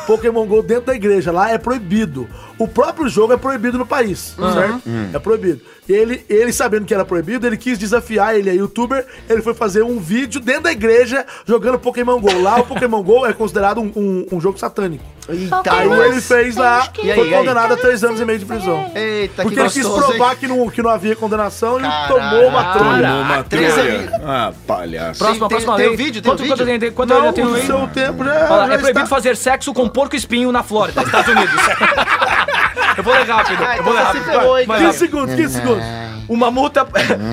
Pokémon GO dentro da igreja, lá é proibido. O próprio jogo é proibido no país, certo?
Uhum.
É proibido. E ele, ele, sabendo que era proibido, ele quis desafiar, ele é youtuber, ele foi fazer um vídeo dentro da igreja jogando Pokémon GO. Lá o Pokémon GO é considerado um, um- um jogo satânico.
Eita,
Ai,
Aí
mas
ele fez lá,
que-
E aí,
foi
e aí?
condenado a três anos e meio de prisão.
Eita,
Porque ele quis provar que não, que não havia condenação e tomou uma trolha.
Tomou uma
três
trilha. Ah, palhaço.
Próxima,
Tem-
próxima
tem-
lei.
tem vídeo? Tem
quanto,
vídeo?
quanto eu tenho- quanto eu
Não,
ainda tenho
o
aí?
seu tempo já,
Olha lá,
já
é proibido
está-
fazer sexo com porco espinho na Flórida, Estados Unidos. eu vou ler rápido,
Ah,
eu
então
vou ler
você
rápido.
se ferrou, hein,
Vai, vai
15
rápido.
segundos, 15 segundos.
Uma multa,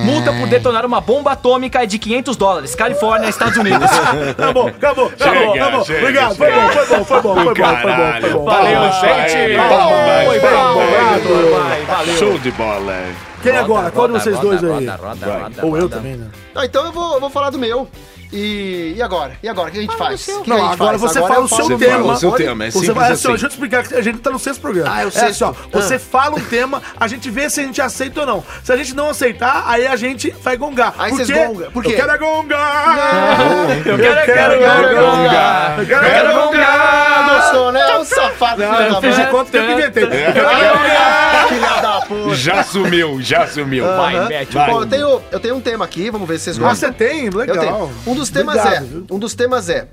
multa por detonar uma bomba atômica é de 500 dólares. Califórnia, Estados Unidos.
Tá bom, acabou, acabou,
Chega,
acabou.
chega,
Obrigado, foi bom,
chega.
foi bom, foi bom, foi bom, foi bom, foi
Caralho,
bom.
Valeu,
palmas pra
gente.
ele,
Valeu,
palmas
foi
pra
bom,
ele.
obrigado, valeu.
Show de bola. hein?
Quem agora? Qual de vocês dois aí?
Vai.
Ou eu também, né?
Então eu vou, eu vou falar do meu. E, e agora? E agora? O que a gente faz? O que a
Não,
gente
agora
faz?
você
Agora
fala
eu
o seu
falo-
Você
tema.
fala o seu
Olha,
tema, é
você
simples
vai, assim, ó,
assim.
Deixa eu te explicar que a gente tá no sexto programa.
Ah, é o
É assim,
sexto.
ó, você fala um tema, a gente vê se a gente aceita ou não. Se a gente não aceitar, aí a gente vai gongar.
Aí
Por
vocês
quê?
gongam. Por quê?
Eu quero é gongar!
Eu quero, eu quero, eu quero, eu quero.
Eu quero é
Ah,
gongar!
Gostou, né? O safado filho da
Eu fiz de
mãe.
conta que eu que inventei.
É.
Filha da puta.
Já sumiu, já sumiu.
Vai, mete o
Bom,
pau.
eu tenho, eu tenho um tema aqui, vamos ver se vocês
Nossa,
gostam.
você tem?
Eu
Legal.
tenho. Um dos temas
Obrigado,
é.
viu? Hum.
Um dos temas é.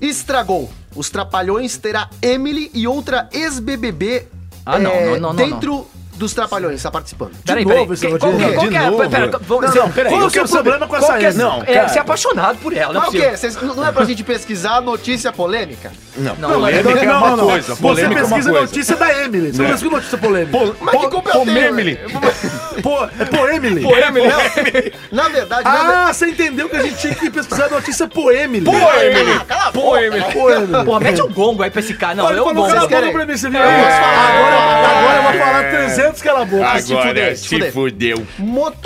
Estragou. Os Trapalhões terá Emily e outra ex-BBB
Ah, não,
é,
não, não, não,
dentro dos Trapalhões está participando.
Peraí,
novo
peraí.
esse
qual,
elogio?
qual
De
que é?
novo?
Pera, vamos-
Não, não, peraí,
Qual
eu
o seu
quero saber
problema com
qual
essa
que é-
Isa?
Não,
é ser apaixonado por ela. não é
Mas o
possível.
quê? Vocês- não é pra gente pesquisar notícia polêmica?
Não,
Não,
é-
mas
polêmica é
não,
uma
não, não.
coisa,
Você
polêmica é uma
pesquisa
coisa.
notícia da Emily. Você
É.
pesquisa notícia polêmica.
Mas que culpa eu tenho?
Emily.
Pô, é por Emily.
Na verdade, na verdade.
Ah, você entendeu que a gente tinha que pesquisar notícia por Emily.
Ah,
Emily. Pô, Emily.
Por Emily.
Pô, mete o gongo aí pra esse cara. Não,
Olha,
é o
falou
gongo.
cala a
vocês
boca
querem?
pra mim, você viu?
Eu posso falar
Agora, agora eu vou falar
É.
300 cala a boca.
se fuder,
Agora
se
se
fuder.
fudeu.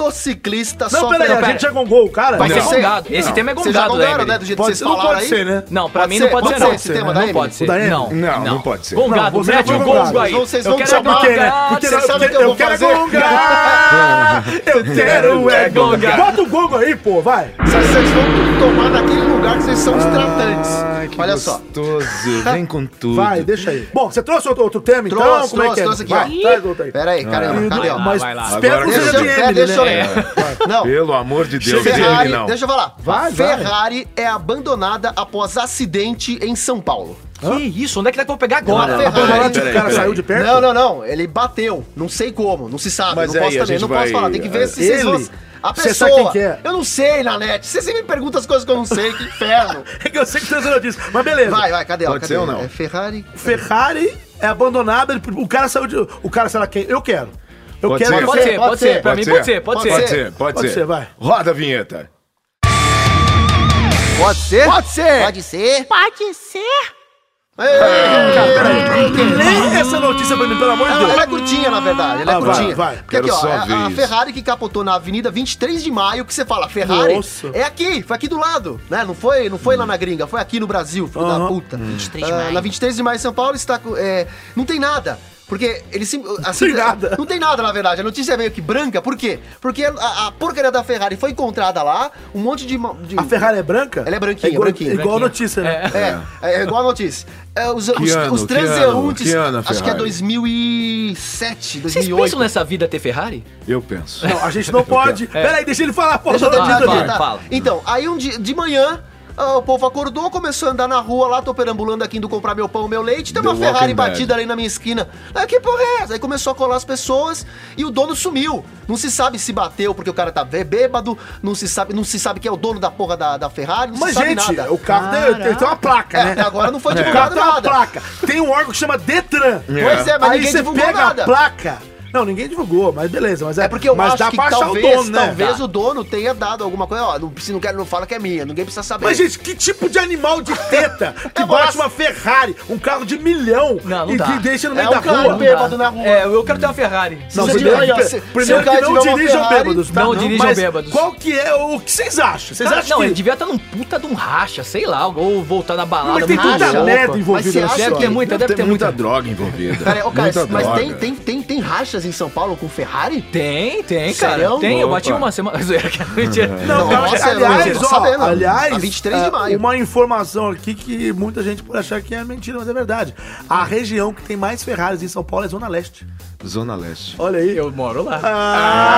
Motociclista
Não,
sofre.
peraí, a gente já gongou o cara?
Vai
Vai ser
Não.
gongado. Esse
Não.
tema é
Vocês já
gongado,
gongaram,
né?
né?
Emily?
Do jeito
Pode
que vocês
ser, não
falaram
pode
aí.
ser, né?
Não, pra
Pode
mim
ser,
não pode ser, não.
esse tema da
Não
Emily?
pode ser.
O da Emily?
Não,
Não, não pode ser.
Não,
Gongado,
você
mete
foi
o
gongado.
gongo aí.
Vocês
Eu
vão-
quero
sabe
Por quê, né?
gongado.
Porque
Você sabe
eu,
o que eu
eu
vou
quero
fazer?
gongar! Eu quero é gongar! Bota o gongo aí, pô, vai!
Vocês vão tomar naquele lugar que vocês são
Ah,
os tratantes. Olha só. Tá.
Gostoso, vem com tudo.
Vai, deixa aí. Bom, você trouxe outro, outro tema, então?
Trouxe,
Como é que
trouxe,
é?
trouxe aqui,
vai,
ó.
traz outro aí. Ah,
Pera aí, caramba, cadê? ó?
Mas
vai lá.
espero que
Agora
não seja
Deixa eu,
de
é,
Emily,
deixa eu
né?
ler. Não,
Pelo amor de Deus,
Ferrari,
Emily não.
deixa eu falar.
Vai, vai.
Ferrari é abandonada após acidente em São Paulo.
Que isso? Onde é que dá pra eu pegar agora?
Não, não, não.
Vai lá,
Peraí,
tipo, o
peraí,
cara
peraí.
saiu de perto?
Não, não, não. Ele bateu. Não sei como, não se sabe.
Mas
não
aí,
posso
a
também,
gente
não
vai- É.
posso falar. Tem que ver se vocês
Ele?
vão. A
Você sabe quem
pessoa.
que é?
Eu não sei, Nanete. Vocês sempre me perguntam as coisas que eu não sei, que inferno.
É que eu sei que trouxe notícia, mas beleza.
Vai, vai, cadê? ó,
Pode
cadê?
ser ou não?
É Ferrari.
Ferrari é abandonada, ele- o cara saiu de... O cara, sei lá quem, eu quero. Eu
Pode
quero...
ser?
Pode ser, pode ser. Pra
Pode
mim
ser.
pode ser, pode
Pode
ser.
Pode ser, pode
Pode
ser.
ser, vai.
Roda a vinheta.
Pode ser? Pode ser!
Pode ser? Pode ser?
Lê essa notícia pra mim, pelo amor de
Ela, ela é
Deus.
curtinha, na verdade. Ela é
Ah, vai,
curtinha.
vai.
Porque
Quero
aqui, ó,
só
é
ver
a, a
isso.
Ferrari que capotou na Avenida 23 de Maio, que você fala, Ferrari
Nossa. Hum.
é aqui, foi aqui do lado, né? Não foi, não foi lá na gringa, foi aqui no Brasil, filho da
Aham. Hum.
puta.
23
Ah,
de maio.
Na 23 de maio em São Paulo está com- é, não tem nada. Porque ele sim, assim,
tem nada.
Não tem nada, na verdade. A notícia é meio que branca. Por quê? Porque a, a porcaria da Ferrari foi encontrada lá, um monte de. ma- de-
A Ferrari é branca?
Ela é branquinha,
igual,
branquinha,
Igual a notícia, né?
É, é igual a notícia. É, os, os,
ano,
os
que
transeuntes.
ano, que ano a
acho que é
Ferrari?
2007,
Vocês
2008.
pensam nessa vida ter Ferrari?
Eu penso.
Não, a gente não pode. Peraí, deixa ele falar, pô.
É. Deixa eu
só um
terminar,
notícia
fala,
terminar.
fala.
dele.
Então, aí um dia de manhã. ah, o povo acordou, começou a andar na rua lá, tô perambulando aqui indo comprar meu pão, meu leite. Tem uma
The
Ferrari
Walking Dead.
batida ali na minha esquina. Ah, que porra é essa? Aí começou a colar as pessoas e o dono sumiu. Não se sabe se bateu porque o cara tá bê- bêbado, não se sabe, não se sabe quem é o dono da porra da, da Ferrari, não
Mas,
se sabe
gente,
nada.
o carro tem, tem- tem uma placa,
É,
né?
até agora não foi
O carro
divulgado
tem uma
nada.
placa. Tem um órgão que chama Detran.
Pois é, mas
Aí
ninguém
você
divulgou
pega
nada.
a placa. Não, ninguém divulgou, mas beleza. Mas é,
É porque eu
mas
acho que
achar
talvez,
o dono, né?
talvez o dono tenha dado alguma coisa. Ó, não, se não quero, não fala que é minha. Ninguém precisa saber.
Mas, gente, que tipo de animal de teta que
É
bate
massa.
uma Ferrari, um carro de milhão,
Não, não
e
dá.
que deixa no
é
meio
um
da
cara
rua?
bêbado na rua.
É, eu quero ter uma Ferrari.
Não,
Se
primeiro,
você tiver-
que-
um se- se o
primeiro
cara
que não
tiver uma
dirijam
Ferrari,
bêbados. tá?
não dirijam
mas
bêbados.
Qual que é o, o que vocês acham? Vocês
Cara,
acham
não,
que...
é
ele devia estar num puta de um racha, sei lá, ou voltar na balada.
Mas tem
numa
tanta
roupa.
merda
Mas
envolvida
você
é nessa
acha
Deve
que
ter
é muito...
muita,
Deve
então deve ter
ter muita
muita.
droga envolvida.
Cara, ô, cara,
Muita
mas
droga.
tem, tem, tem, tem rachas em São Paulo com Ferrari?
Tem, tem, cara.
Sério?
Tem, eu bati
Opa.
uma semana. Mentira.
é um Não,
Não,
cara,
nossa, eu
aliás,
tô
ó,
sabendo.
aliás,
A 23 de
é,
maio.
uma informação aqui que muita gente pode achar que é mentira, mas é verdade. A região que tem mais Ferraris em São Paulo é Zona Leste.
Zona Leste.
Olha aí.
Eu moro lá.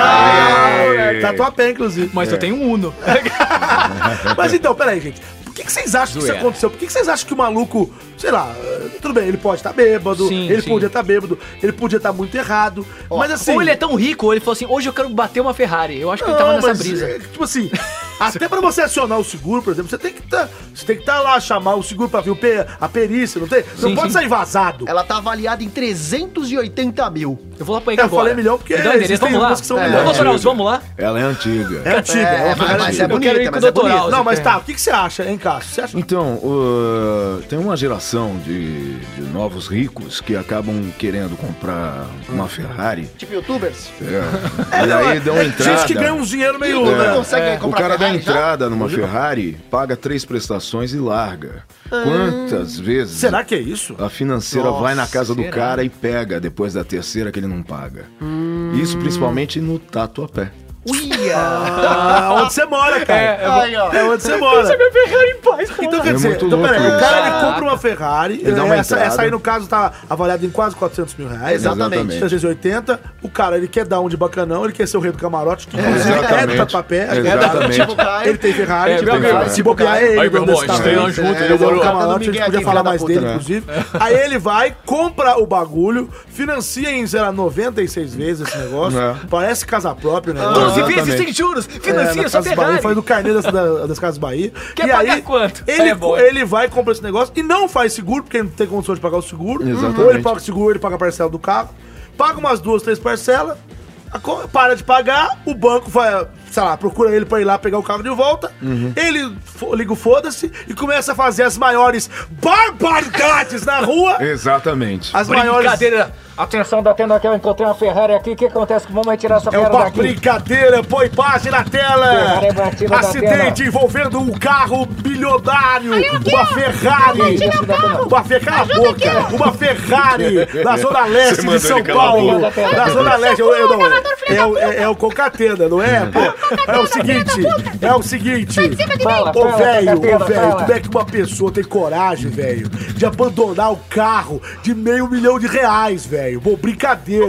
Ah,
Aê.
Tatuapé, inclusive.
Mas eu tenho um Uno.
É Mas então, peraí, gente. Por que, que vocês acham que isso
Zoeira.
aconteceu? Por que, que vocês acham que o maluco, sei lá, eh, tudo bem, ele pode estar bêbado,
Sim,
ele
sim.
podia estar bêbado, ele podia estar muito errado, mas assim...
Ou ele é tão rico, ou ele falou assim, hoje eu quero bater uma Ferrari. Eu acho que
Não,
ele tava nessa
mas,
brisa.
eh, Tipo assim, até pra você acionar o seguro, por exemplo, você tem que tá, você tem que estar lá, chamar o seguro pra ver o pe- a perícia, não tem? não
Sim,
pode
sim.
sair vazado.
Ela tá avaliada em 380 mil.
Eu vou lá pra ele
É, Eu
agora.
falei milhão porque
Me dá o endereço,
existem
vamos lá.
algumas que são
É,
milhões.
Ô, Soraus, vamos lá.
Ela é antiga.
É antiga,
É,
uma
mas-
ferrari
mas é
antiga.
bonito. Bonita,
eu quero ir com o
mas é bonita.
doutoral.
Não, mas tá, o que, que você acha, hein, Cássio? Você acha
Então, uh, tem uma geração de, de novos ricos que acabam querendo comprar uma Ferrari.
Tipo youtubers?
É. e aí dão
é
entrada.
Gente que ganha uns dinheiro
É.
meio.
Não
né?
consegue
O
comprar
cara
tá?
dá
Ferrari já?
entrada numa Ferrari, paga três prestações e larga. Quantas vezes
Será que é isso?
a financeira
Nossa,
vai na casa do
será?
Hum.
cara e pega depois da terceira que ele não paga? Isso principalmente no Tatuapé.
Ah, onde você mora, cara? É, onde você mora. Então, quer
É
dizer,
muito
então,
louco
peraí, o
isso.
cara ele compra uma Ferrari, é,
Ele dá uma
essa,
entrada.
essa aí no caso tá avaliada em quase 400 mil reais.
né? Exatamente.
380, o cara ele quer dar um de bacanão, ele quer ser o rei do camarote, tudo inclusive é
Exatamente.
do tatuapé, é da-
Tipo,
Exatamente.
ele tem Ferrari,
É,
tipo,
tem Ferrari.
se bobear é ele.
né? Aí, meu irmão, a gente tem lá
nós
junto,
é,
ele
ele é o
demorou.
camarote, a
Ninguém
gente
aqui,
podia falar
filha da
mais
puta,
dele,
né?
inclusive. Aí ele vai, compra o bagulho, financia em, sei lá, 96 vezes esse negócio.
É.
Parece casa própria,
Ah,
né?
12
Exatamente.
vezes sem juros,
É,
financia
na
sua
Casas Bahia,
Ferrari.
foi no carnê das, da- das Casas Bahia.
Quer
e
pagar
aí,
quanto?
Ele,
É bom.
ele vai, compra esse negócio e não faz seguro, porque ele não tem condições de pagar o seguro. Uhum.
Exatamente.
Ou ele paga o seguro, ou ele paga a parcela do carro. Paga umas duas, três parcelas, a co- para de pagar, o banco vai, sei lá, procura ele pra ir lá pegar o carro de volta. Ele fo- liga o foda-se e começa a fazer as maiores barbaridades na rua.
Exatamente.
As maiores.
Brincadeira. Atenção da tenda que eu encontrei uma Ferrari aqui. O que acontece? Como vai tirar essa
É uma brincadeira, põe página na tela!
Ferrari batida na
Acidente envolvendo um carro bilionário, uma Ferrari! Uma Ferrari, cala a boca! Uma Ferrari na Zona Leste
mandou
de São
ele calar a
Paulo!
boca.
Na Zona Leste, eu, eu não, é, é, o- é, é o Concatena, não é? pô? É o seguinte, é o seguinte. Ô, velho, ô, velho, como é que uma pessoa tem coragem, velho, de abandonar o carro de meio milhão de reais, velho? Pô, brincadeira.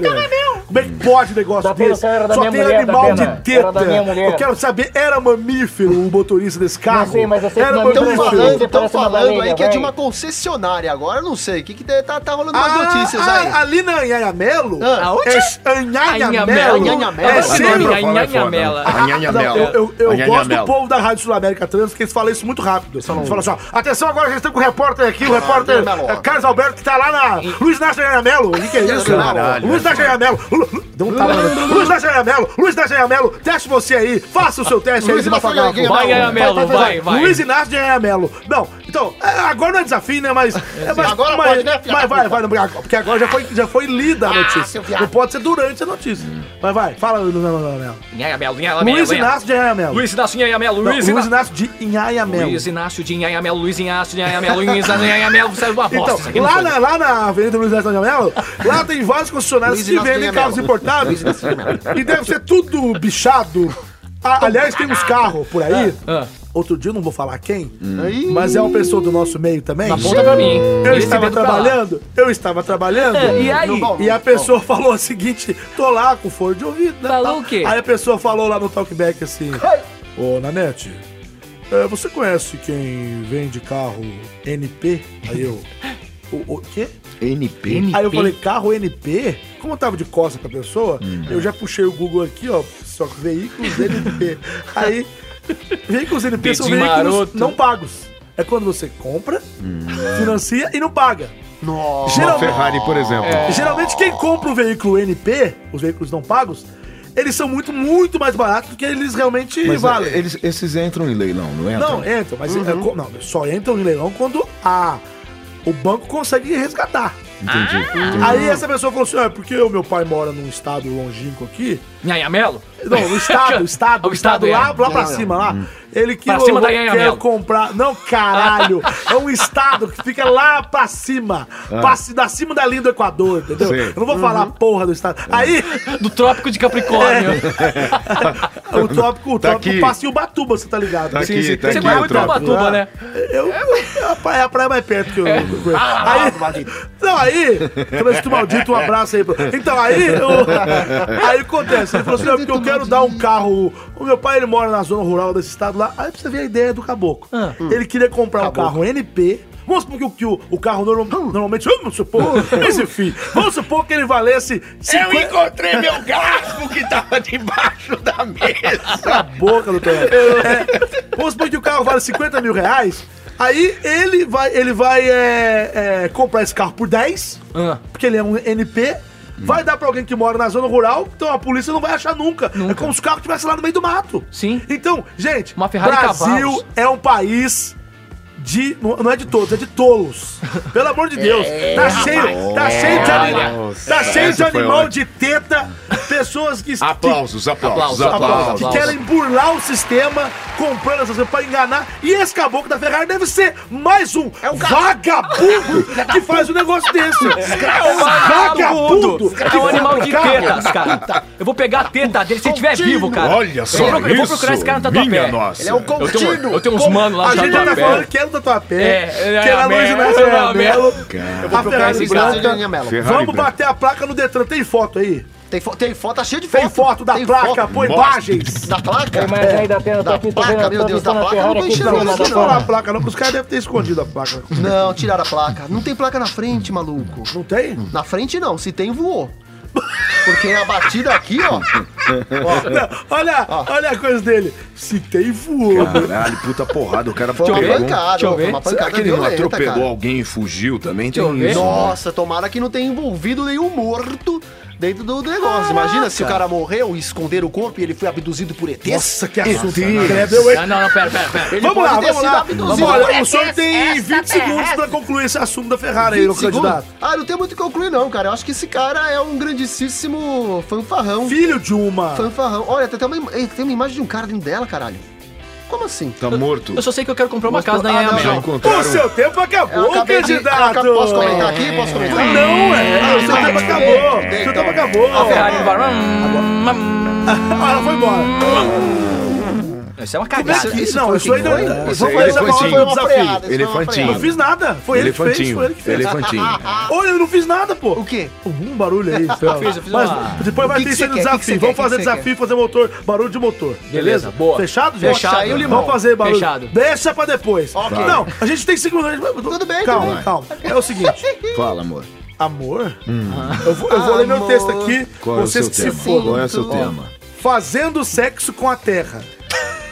Como é que pode um negócio desse? Só tem animal de teta. Eu quero saber, era mamífero o motorista desse carro? era
Estão falando,
mamífero. é
tão falando aí que é de uma concessionária agora, eu não sei. O que, que de- tá, tá rolando umas notícias
ah,
aí?
ali na Anhanhamelo?
Ah.
Aonde? É Anhanhamelo.
Anhanhamelo.
É
Ah,
sempre
Anhanhamela.
Não, eu, eu- eu gosto do
povo.
povo da Rádio Sul América Trans, porque eles falam isso muito rápido. Eles falam assim, ó, atenção agora, já estamos com o repórter aqui,
Ah,
o repórter
Deus,
é, Carlos Alberto, que tá lá na Luiz Nascimento Anhamelo. O que, que é isso?
Caralho.
Luiz Nascimento Anhamelo. Lu- Lu- Dá um tapa na mesa. Luiz Nascimento Anhamelo, Luiz Nascimento Anhamelo, teste você aí, faça o seu teste aí,
Luiz
você vai
Inácio
pagar uma
Anhamelo,
conta.
vai,
Anhamelo,
fazer.
vai, vai.
Luiz Inácio de Anhamelo. Não, então, é, agora não é desafio, né, mas... é, mas
Agora
mas,
pode, né, filha
Mas
da
vai,
puta? Ah,
vai, não, porque agora já foi, já foi lida a notícia.
seu viado.
Não pode ser durante a notícia. Mas vai, fala, Luiz Inácio de Anhamelo.
Inhanhamelo, Inhanhamelo,
Luiz
Inhanhamelo.
Inácio de Anhamelo.
Luiz Inácio de Inhanhamelo.
Não,
Luiz
Luiz,
Inácio.
Inácio de Inhaiamelo.
Luiz Inácio de Inhanhamelo. Luiz Inácio de Inhanhamelo. Luiz Inácio de Inhanhamelo. Saiu uma bosta.
Então,
isso aqui não
lá
foi.
na, lá na Avenida Luiz Inácio de Anhamelo, lá tem vários concessionários
Luiz
que
Inácio de
vendem
Anhamelo.
carros importados. e deve ser tudo bichado. Ah, aliás, tem uns carros por aí.
ah.
Outro dia eu não vou falar quem, mas é uma pessoa do nosso meio também.
Aponta pra mim.
Eu
Esse
estava
dedo pra lá.
trabalhando, eu estava trabalhando.
É, e aí?
no balão. E a pessoa falou o seguinte: tô lá com fone de ouvido, né?
Falou
tal.
o quê?
Aí a pessoa falou lá no talkback assim: Ô, Nanete, é, você conhece quem vende carro NP? Aí eu. O, o quê?
NP.
Aí eu falei, carro NP? Como eu tava de costa pra pessoa,
Hum.
eu já puxei o Google aqui, ó, só que veículos NP. Aí, veículos NP são
Pedinho
veículos
maroto. Hum.
não pagos. É quando você compra, financia e não paga.
Nossa.
Uma
Geralmente, É.
Ferrari, por exemplo.
geralmente quem compra o veículo NP, os veículos não pagos, eles são muito, muito mais baratos do que eles realmente
Mas
valem.
é, eles, esses entram em leilão, não entram?
Não, entram, mas é
Uhum.
co- não, só entram em leilão quando a, o banco consegue resgatar.
Ah.
Entendi.
Uhum.
entendi.
Aí essa pessoa falou assim: é porque o meu pai mora num estado longínquo aqui.
Inhanhamelo?
Não, o estado, o estado,
O
o estado,
estado, é. Uhum.
lá, lá pra cima, lá. Ele que
Pra cima tá da Anhanha
quer
Melo.
comprar. Não, caralho! é um estado que fica lá pra cima.
Ah.
Pra, ci- da cima da linha do Equador, entendeu? Eu
Sim.
não vou
Uhum.
falar a porra do
É.
estado. Aí,
Do Trópico de
É.
Capricórnio.
o tópico, o
Tá
tópico
aqui.
passa em Ubatuba, você tá ligado?
Tá
né?
aqui, tá
Você
aqui.
vai
o
muito
troco.
pra Ubatuba, né?
É, Eu, a praia, a praia é Ah, mais perto que eu. aí, não, aí, trânsito maldito, um abraço aí. Pro, então, aí, o- aí acontece. Ele falou assim: não, porque eu quero dar um carro. O meu pai, ele mora na zona rural desse estado lá. Aí pra você ver a ideia do caboclo. Ele queria comprar um carro NP. Vamos supor que o, que o, o carro norma- normalmente. Vamos supor. Esse fim. Vamos supor que ele valesse
Eu
50
encontrei meu garfo que tava debaixo da mesa.
Cala a boca, doutor. É, vamos supor que o carro vale 50 mil reais. Aí ele vai, ele vai é, é, comprar esse carro por 10,
Ah.
porque ele é um NP. Vai dar pra alguém que mora na zona rural, então a polícia não vai achar nunca. É como se o carro estivesse lá no meio do mato.
Sim.
Então, gente,
Uma Ferrari e
Brasil
cavalos.
é um país de. Não não é de todos, é de tolos. Pelo amor de Deus. tá cheio, tá cheio de animal.
É, Nossa,
Tá cheio de
essa foi
animal de
ótima.
teta. pessoas que,
Aplausos, aplausos, aplausos.
Aplausos,
que,
aplausos.
que querem burlar o sistema, comprando essas coisas pra enganar. E esse caboclo da Ferrari deve ser mais um vagabundo que faz um negócio desse.
É um vagabundo!
vagabundo
É um animal de
carro.
tetas, cara. Eu vou pegar a teta dele se ele estiver vivo, cara.
Olha só
eu vou, eu vou
isso,
procurar esse cara no
minha
tatuapé.
nossa.
Ele é um
Eu tenho,
contínuo.
eu tenho uns manos lá
A
no
gente já tá falando
tatuapé.
que era do Tatuapé,
É, é
que era
a
Luiz
Mel-
Inácio
é a
Melo, Melo,
Cara.
a Ferrari
esse braço
branca.
Daniel Mello.
Ferrari
Vamos
branca.
bater a placa no Detran. Tem foto aí?
Tem, fo tem foto, tá cheio de foto.
Tem foto da
Tem
placa,
foto
põe
Mostra.
imagens.
Da placa?
Mas aí da
Tá
pena, eu tô
Da
aqui, tô
placa,
vendo,
meu
tô
Deus, da
avistando a
placa, não
Ferrari
tô
aqui,
enxergando
tô
Não,
vendo
não
nada
nada
vou
disso,
fora.
falar a placa, não, porque os caras devem ter escondido a placa.
Não, tiraram a placa. Não tem placa na frente, maluco.
Não tem?
Na frente não, se tem, voou. Porque a batida aqui, ó. ó
Não, olha, olha a coisa dele. Se tem, voou.
Caralho, puta porrada, o cara
foi uma
ver,
pegou. um-
pancada,
deixa eu
foi
ver.
uma
Será
pancada
que ele não
violenta,
atropelou
cara.
alguém e fugiu também?
Deixa eu
Tem
ver.
isso, né?
Nossa, tomara que não tenha envolvido nenhum morto dentro do negócio. Imagina se o cara morreu e esconderam o corpo e ele foi abduzido por ETs.
Nossa, que assunto. Credo, eu-
Não, não, não, pera, pera, pera.
Ele
Vamos
pode
lá,
ter
vamos
sido
lá.
abduzido.
Vamos olha, o
Essa
senhor tem 20 segundos
terrestre.
pra concluir esse assunto da Ferrari aí, meu
20 segundos?
é candidato.
Ah, não tem muito o que concluir, não, cara. Eu acho que esse cara é um grandíssimo fanfarrão.
Filho de uma.
Fanfarrão. Olha, tem até uma, im- ei, tem uma imagem de um cara dentro dela, caralho. Como assim?
Tá morto.
Eu só sei que eu quero comprar uma
Mostrou-
casa na
Ah, não,
Já
Iamel.
é O
encontraram.
seu tempo
Eu
acabou,
acabei de- eu
candidato.
acabei- Posso comentar aqui? Posso comentar?
Não, é. O seu tempo acabou. O seu tempo acabou.
A Ferrari no bar. Hum,
Ah, Ela foi embora.
hum. Isso é uma
Como é
cagada.
que-
isso
não,
foi
isso
quem
ainda.
foi?
Vamos
Isso aí
fazer essa
foi sim.
palavra
Foi
do
uma
desafio.
freada, isso foi uma
Elefantinho.
Não
freada.
fiz nada. Foi ele que fez. Foi ele que fez.
Elefantinho.
Olha, eu não fiz nada, pô.
O quê?
Algum barulho aí, Fel.
fiz, eu fiz
Mas
uma-
depois vai
que
ter
que
isso aí no
você quer? O que que
desafio.
você
Vamos
quer? O que
fazer
que você
desafio e fazer motor. Barulho de motor.
Beleza, boa.
Fechado, gente?
Fechado.
Saiu o limão.
Vamos fazer barulho.
Fechado.
Deixa pra depois.
Ok.
Não, a gente tem cinco minutos.
Tudo bem,
calma,
tudo bem.
calma. É o seguinte.
Fala, amor.
Amor? Eu, vou, eu vou ler meu
Amor.
texto aqui.
Hum. Qual é o
vocês
seu
que se
tema?
fodam.
Qual é o seu
Ó.
tema?
Fazendo sexo com a terra.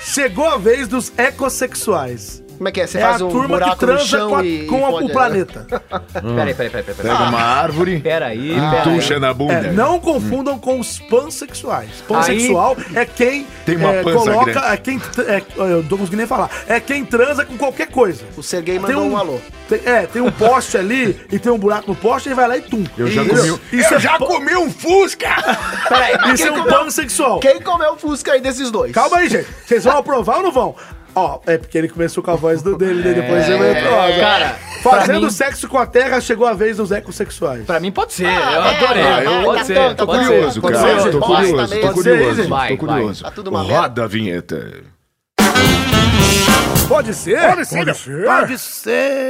Chegou a vez dos ecossexuais.
Como é que é? Você
É a
faz um
turma que
buraco no
transa
chão
com, a-
e... né?
com a-
e
o
fode-
planeta.
Peraí, peraí, peraí, peraí. peraí.
Ah.
Pega uma árvore,
Peraí, peraí.
tucha na bunda.
É, não confundam com os pansexuais. Pansexual é quem
Tem uma
é,
pança
coloca,
grande.
é quem é, eu não tô conseguindo nem falar. É quem transa com qualquer coisa.
O Serguei mandou um... alô.
tem- é, tem um poste ali e tem um buraco no poste e vai lá e tum.
Eu já
Isso.
comi um-
Isso é,
Eu já comi um Fusca!
Peraí,
isso é um pansexual.
Quem comeu o Fusca aí desses dois?
Calma aí, gente. Vocês vão aprovar ou não vão? Ó, é porque ele começou com a voz do dele, né? depois ele
É,
vai aprovar. né?
Cara,
Fazendo
pra mim-
sexo com a terra, chegou a vez dos ecossexuais.
Pra mim pode ser, eu
é,
adorei.
é,
pode,
é, tá
ser,
bom, tá
Tô
pode ser.
curioso,
Pode
cara.
ser,
Tô
bosta
curioso,
mesmo.
tô
Pode ser,
curioso,
gente.
tô
Vai, vai.
curioso.
Tá tudo uma merda.
Roda a vinheta.
Pode ser? Pode ser. Pode ser.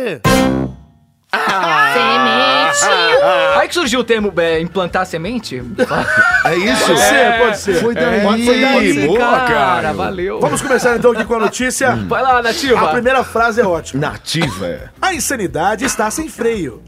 Aí que surgiu o termo é, implantar semente.
É isso?
Pode ser, pode ser.
Foi daí,
Pode ser,
boa, cara.
valeu.
Vamos começar então aqui com a notícia.
Vai lá, Nativa.
A primeira frase é ótima.
Nativa.
A insanidade está sem freio.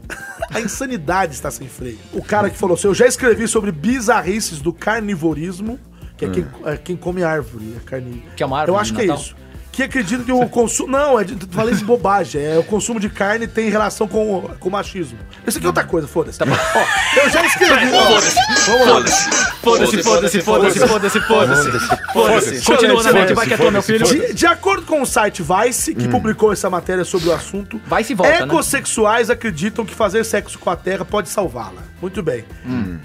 A insanidade está sem freio. O cara que falou assim, eu já escrevi sobre bizarrices do carnivorismo, que é quem, é quem come árvore, é carni...
Hum. Que é uma árvore
Eu acho
de
que é
Natal?
isso. Que acredito que o consumo... Não, é de... falei isso bobagem. É o consumo de carne tem relação com o com o machismo. Isso aqui é outra coisa, foda-se.
Tá
Ó, eu já escrevi...
Foda-se, foda-se, foda-se, foda-se, foda-se. Foda-se. Continua na mente, vai que é tua, meu filho.
De, de acordo com o site Vice, que publicou essa matéria sobre o assunto,
Vice e volta, né?
ecossexuais acreditam que fazer sexo com a Terra pode salvá-la. Muito bem.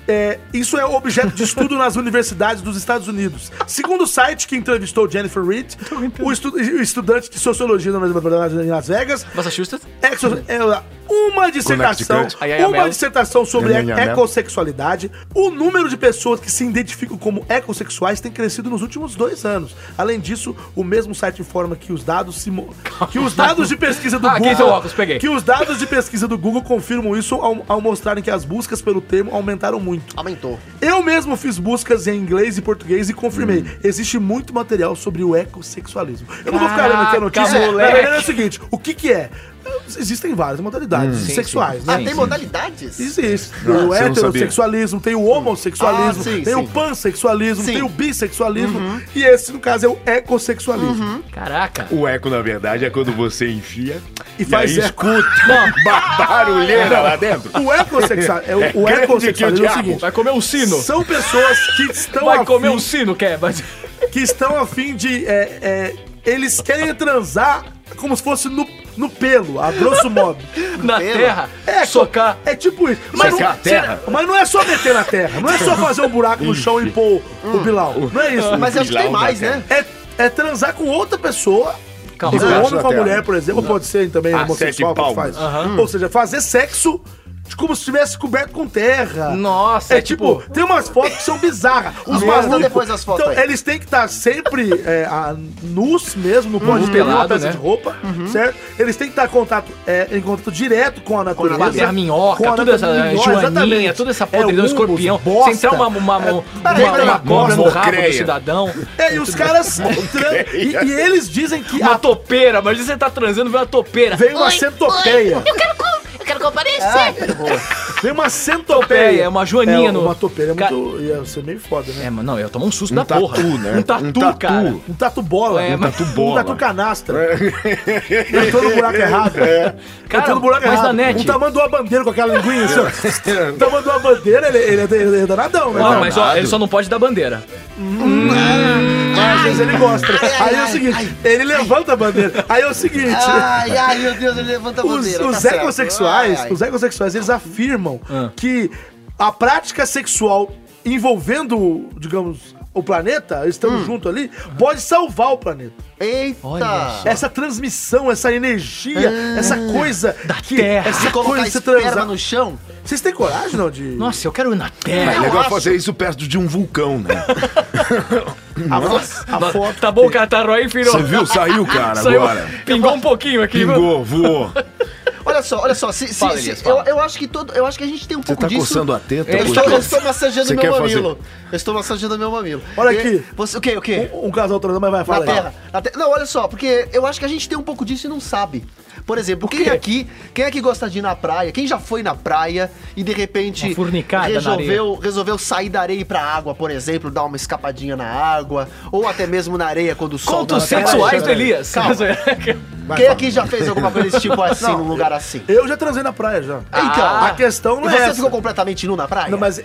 É, isso é objeto de estudo nas universidades dos Estados Unidos. Segundo o site que entrevistou Jennifer Reed, o, estu- o estudante de sociologia na Universidade de Las Vegas,
Massachusetts?
Exo- ela- É, uma dissertação,
Connecticut.
Ai, ai,
uma
Mel.
dissertação sobre
Ai, ai, ai, Mel.
ecossexualidade. O número de pessoas que se identificam como ecossexuais tem crescido nos últimos dois anos. Além disso, o mesmo site informa que os dados se mo- que os dados de pesquisa do
Ah, aqui
Google
seu óculos, peguei.
que os dados de pesquisa do Google confirmam isso ao, ao mostrarem que as buscas pelo termo aumentaram muito.
Aumentou.
Eu mesmo fiz buscas em inglês e português e confirmei. Existe muito material sobre o ecossexualismo. Eu não vou ficar lendo aqui
Caraca,
a notícia. Na
moleque.
verdade é o seguinte: o que, que é? Existem várias modalidades sexuais,
Ah,
né?
tem
sim.
modalidades?
Existe.
Ah,
o
você não sabia.
heterossexualismo, tem o homossexualismo,
Ah, sim,
tem o
sim.
pansexualismo,
Sim.
tem o bissexualismo. E esse, no caso, é o ecossexualismo.
Uhum. Caraca.
O eco, na verdade, é quando você enfia
E faz
aí
eco.
escuta uma barulheira lá dentro.
O ecossexual, é, o,
É
o
grande
ecossexualismo
que
é
o
o
diabo.
seguinte.
Vai comer um sino.
São pessoas que estão
Vai
a
comer
fim-
um sino, quer? Mas...
que estão a fim de. é, é, eles querem transar como se fosse no, no pelo, a grosso modo.
Na
Pelo.
terra, socar.
É tipo isso. Mas
Socar
não,
a terra.
cê- mas não é só meter na terra. Não é só fazer um buraco no chão e pôr o Bilal.
Hum.
Não é isso.
Mas acho que tem mais, né?
É, é transar com outra pessoa.
Calma.
Um homem
Debaixo
com
da
uma
terra.
mulher, por exemplo, pode ser também
Ah,
homossexual,
sete
tanto
palmas.
faz. Ou seja, fazer sexo de como se estivesse coberto com terra.
Nossa,
É tipo, tem umas fotos que são bizarras. Os
Manda
malucos-
depois as fotos
Então,
aí.
eles têm que estar sempre é, a- nus mesmo, não pode ter nenhuma
pelado,
peça
né?
de roupa, certo? Eles têm que estar em contato, é, em contato direto com a natureza.
Bater a
Com
minhoca, toda essa
anatomia,
joaninha,
é exatamente.
toda essa
É,
podridão,
humus,
escorpião,
bosta.
sem ter uma, uma, uma,
peraí,
uma-
peraí.
uma cobra no rabo do
Monocreia.
cidadão,
É, e os caras. tran- e, e eles dizem que
uma
a,
topeira, mas você tá transando, vem uma topeira.
vem uma centopeia.
Eu quero, com- eu quero comparecer.
Vem uma
Topeia,
centopeia.
é uma joaninha
É,
no...
uma topeira é
Ca-
muito. Ia ser meio foda, né?
É, mas não, eu tomo um susto da
tatu,
porra.
né?
Um tatu,
Um tatu.
cara.
Um tatu bola.
É,
um
mas-
tatu
bola.
Um tatu canastra. Entrou no buraco errado.
Cara,
Entrou no buraco
mas
errado.
na net-
Um tamanduá bandeira com aquela linguinha assim, ó. Um tamanduá bandeira, ele, ele, é- ele é danadão, né?
Ó,
cara?
mas ó, ele só não pode dar bandeira.
Mas às vezes ele gosta. aí é o seguinte, ele levanta a bandeira. Aí é o seguinte.
Ai, ai, meu Deus, ele levanta Ah, a
Os,
bandeira.
os
tá certo.
ecossexuais,
Ai, ai.
os ecossexuais, eles afirmam que a prática sexual envolvendo, digamos, o planeta, eles estão junto ali, pode salvar o planeta.
Eita!
Essa transmissão, essa energia, essa coisa da
terra.
essa
Se Ah, colocar
coisa
a
de se
esperma
transar.
no chão,
Vocês têm coragem não de
Nossa, eu quero ir na
É
terra.
legal fazer isso perto de um vulcão, né?
a, foto- a foto?
Tá bom, catarro aí, filho.
Você viu? Saiu, cara,
Saiu-
agora.
Pingou um pouquinho aqui, viu?
Pingou, voou.
olha só, olha só, se, se-
Fala,
se-
Elias,
eu,
fala.
eu acho que todo, eu acho que a gente tem um
Você
pouco
tá
disso.
coçando a teta?
Eu
pô?
estou, eu estou massageando
Você
meu
quer
mamilo. Eu estou massageando meu mamilo.
Olha
E-
aqui.
Você, o quê? O quê?
Um, um casal transando, mas vai
Na
falar
terra, na terra. Não, olha só, porque eu acho que a gente tem um pouco disso e não sabe. Por exemplo, quem aqui, quem aqui gosta de ir na praia, quem já foi na praia e de repente
Uma fornicada na
resolveu, resolveu sair da areia e ir pra água, por exemplo, dar uma escapadinha na água, ou até mesmo na areia quando o sol...
Contos
dá uma
sexuais do
baixada.
Elias.
Calma. Quem aqui já fez alguma coisa desse tipo assim, num lugar assim?
Eu já transei na praia já.
Então,
Ah, a questão não
e
é
você
essa.
ficou completamente nu na praia?
Não, mas.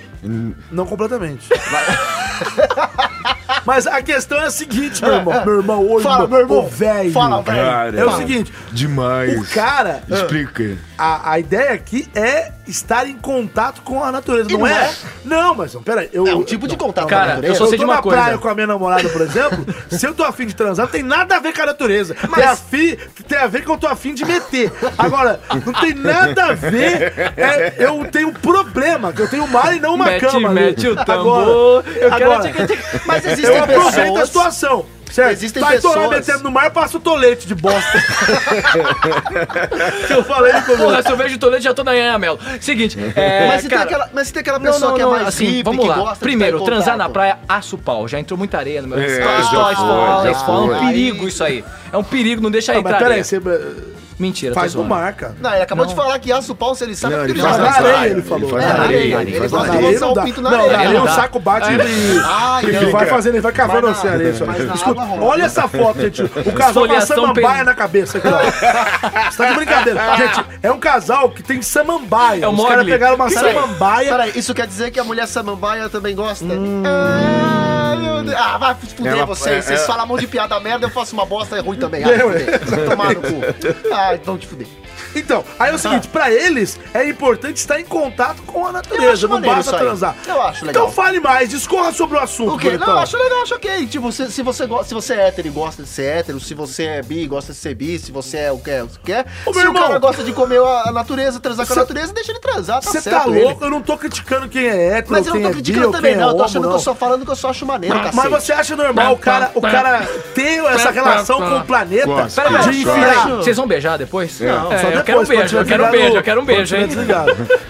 Não completamente. mas a questão é a seguinte, meu irmão. Meu irmão, hoje.
Ah. Fala, meu irmão.
velho.
Fala, velho.
Cara,
É o seguinte,
Demais.
o cara.
Explica.
A, a ideia aqui é estar em contato com a natureza,
E
não,
não
é?
é?
Não, mas peraí. Eu,
É um tipo de contato
Cara,
com a natureza.
eu só sei de
tô
uma
na
coisa.
praia com a minha namorada, por exemplo, se eu tô afim de transar, não tem nada a ver com a natureza.
Mas-
Tem, a fi- tem a ver que eu tô afim de meter. Agora, não tem nada a ver. é, eu tenho um problema, que eu tenho um mar e não uma
Mete,
cama. ali.
mete o tambor.
Agora,
Eu quero
agora,
tchica, tchica.
Mas existem
eu aproveito a
pessoas-
situação. Certo?
Existem
Vai torar
pessoas-
metendo no mar, passa o tolete de bosta. que eu falei no começo.
Porra, se eu vejo o Toledo, já tô na Yanha Melo. Seguinte, é,
Mas se,
cara,
tem aquela, mas se tem aquela
Não,
pessoa
não,
que é
não,
mais
assim,
hippie,
vamos
que
lá.
gosta de
Primeiro,
estar em
transar na
contato.
praia, aço o pau. Já entrou muita areia no meu.
É,
Escola,
já
escola,
foi,
escola,
já
escola. É um
foi.
perigo isso aí. É um perigo, não deixa
Não,
entrar
mas peraí,
areia.
você
Mentira,
faz
tô
no
zoando.
mar, cara.
Não, ele acabou de falar que é aço o pau, se ele sabe, porque ele
faz
já
na
sabe.
areia, ele falou.
faz
É,
na
na
areia,
areia,
ele
ele
faz
gosta
na
de
areia.
lançar
não
o
dá.
pinto na
não,
areia.
na areia
Não
o
dá.
saco bate
Ai,
e...
Ai,
Ele
não.
vai fazendo, ele vai cavando
Vai na-
assim a areia. Só.
mas na
Escuta,
água rola.
olha essa foto, gente. O casal com a
Esfoliação
samambaia
pen-
na cabeça aqui, ó. Você tá de brincadeira. Gente, é um casal que tem samambaia.
É o
Os caras
Mowgli.
pegaram uma
Peraí,
samambaia.
Peraí, é isso quer dizer que a mulher samambaia também gosta?
Hum.
Ah, meu Deus. Ah, vai fuder
Ela-
vocês.
é-
vocês
é-
falam um monte de piada merda, eu faço uma bosta, é ruim também. Ah,
Eu-
fuder. Tomar no cu. Ah, então te fuder.
Então, aí é o seguinte, pra eles é importante estar em contato com a
Eu acho
natureza, não
maneiro
basta
isso aí.
transar.
Eu acho legal.
Então fale mais, discorra sobre o assunto.
O quê? Não,
bonitão.
eu acho legal, eu acho ok. Tipo, se, se, você go- se você é hétero e gosta de ser hétero, se você é bi e gosta de ser bi, se você é o que é, o que é.
Ô,
Se
meu
o cara
irmão.
gosta de comer a, a natureza, transar com a
Cê-
natureza, deixa ele transar, tá
Você
certo.
tá
ele.
louco? Eu não tô criticando quem é hétero,
Mas eu não
quem
tô
é
criticando
bi,
também,
quem é
não. Eu tô
homo,
achando que
não.
eu só falando que eu só acho maneiro, cacete.
Mas você acha normal o cara, o cara ter essa relação com o planeta
Gosto,
Peraí,
de
gosto.
enfiar?
peraí, vocês vão beijar depois?
Não,
É,
só
eu quero um
depois,
beijo, eu quero um beijo, eu quero um beijo, hein?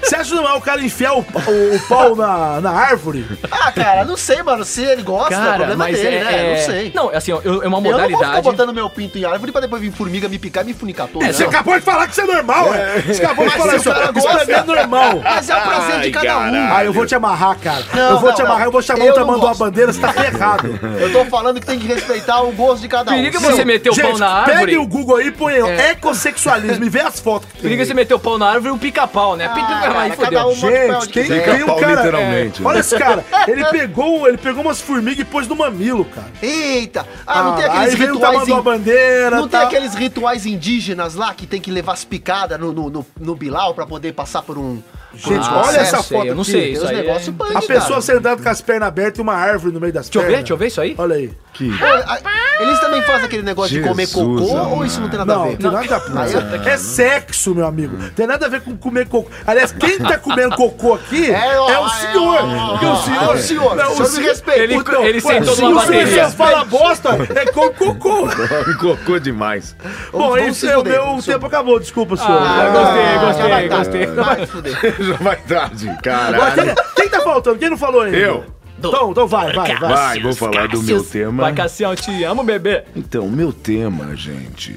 Você acha normal o cara enfiar o, o, o pau na, na árvore?
Ah, cara, não sei, mano. Se ele gosta, é o
Cara,
problema
mas
dele,
é,
né?
é-
Não sei.
Não, assim, ó, eu- é uma
Eu não vou ficar
modalidade.
botando assim. meu pinto em árvore pra depois vir formiga me picar e me funicar todo.
Você
não.
acabou de falar que isso é normal, é. Você acabou de
Mas
falar
se
isso.
o cara
Isso pra mim é
gosta-
normal.
Mas é o prazer de
Ai,
cada um.
caralho.
Ah, eu vou te amarrar, cara.
Não,
eu vou
não,
te amarrar,
não.
eu vou
Eu
chamar o
não
tamanho da
gosto.
bandeira, você tá ferrado.
Eu tô falando que tem que respeitar o gosto de cada um.
é
Perigo
Se eu-
você meter o pau na árvore. É.
Pegue o Google aí e põe ecossexualismo e vê as fotos que tem.
Periga
aí.
você meter o pau na árvore e um pica-pau, né? Pica
cara,
aí
cada
fodeu.
um- monte de pau
Gente,
de
quem
quiser.
cria o
Pica-pau,
cara?
literalmente,
né?
É. Olha esse cara, ele pegou, um, ele pegou umas formigas e pôs no mamilo, cara.
Eita! Ah, não tem
aí
aqueles
veio o tamanho
rituais.
da
in-
bandeira,
Não tem
tal.
aqueles rituais indígenas lá que tem que levar as picadas no, no, no, no Bilal pra poder passar por um.
Gente,
Ah,
olha
sei,
essa
sei,
foto
eu não
aqui.
sei,
Tem
isso
uns
aí
negócios
é-
punk,
A pessoa
cara.
sentando com as pernas abertas e uma árvore no meio das
Deixa eu ver,
pernas.
deixa eu ver isso aí.
Olha aí.
Ah, ah, Eles também fazem aquele negócio de comer
Jesus,
cocô
amado.
ou isso não tem nada a
Não,
ver?
tem nada a ver. É sexo, meu amigo. Tem nada a ver com comer cocô. Aliás, quem tá comendo cocô aqui é,
ó,
o senhor.
ó,
Porque
ó,
o senhor.
é o senhor.
Não,
O senhor me respeita.
Ele-
Então,
ele
ué,
sentou
se
numa
o senhor
bateria.
só fala bosta, é com cocô.
Cocô demais.
Bom,
vamos
isso
se
é o
fuder,
meu
vamos se
tempo acabou, desculpa, senhor.
Ah, gostei, gostei,
já vai dar,
gostei.
Vai se fuder.
Já vai tarde,
Agora,
caralho.
quem- Quem tá faltando? Quem não falou ainda?
Eu.
Então, então vai, vai, vai.
Vai, vou falar do meu tema.
Vai, Cassião, te amo, bebê.
Então, meu tema, gente.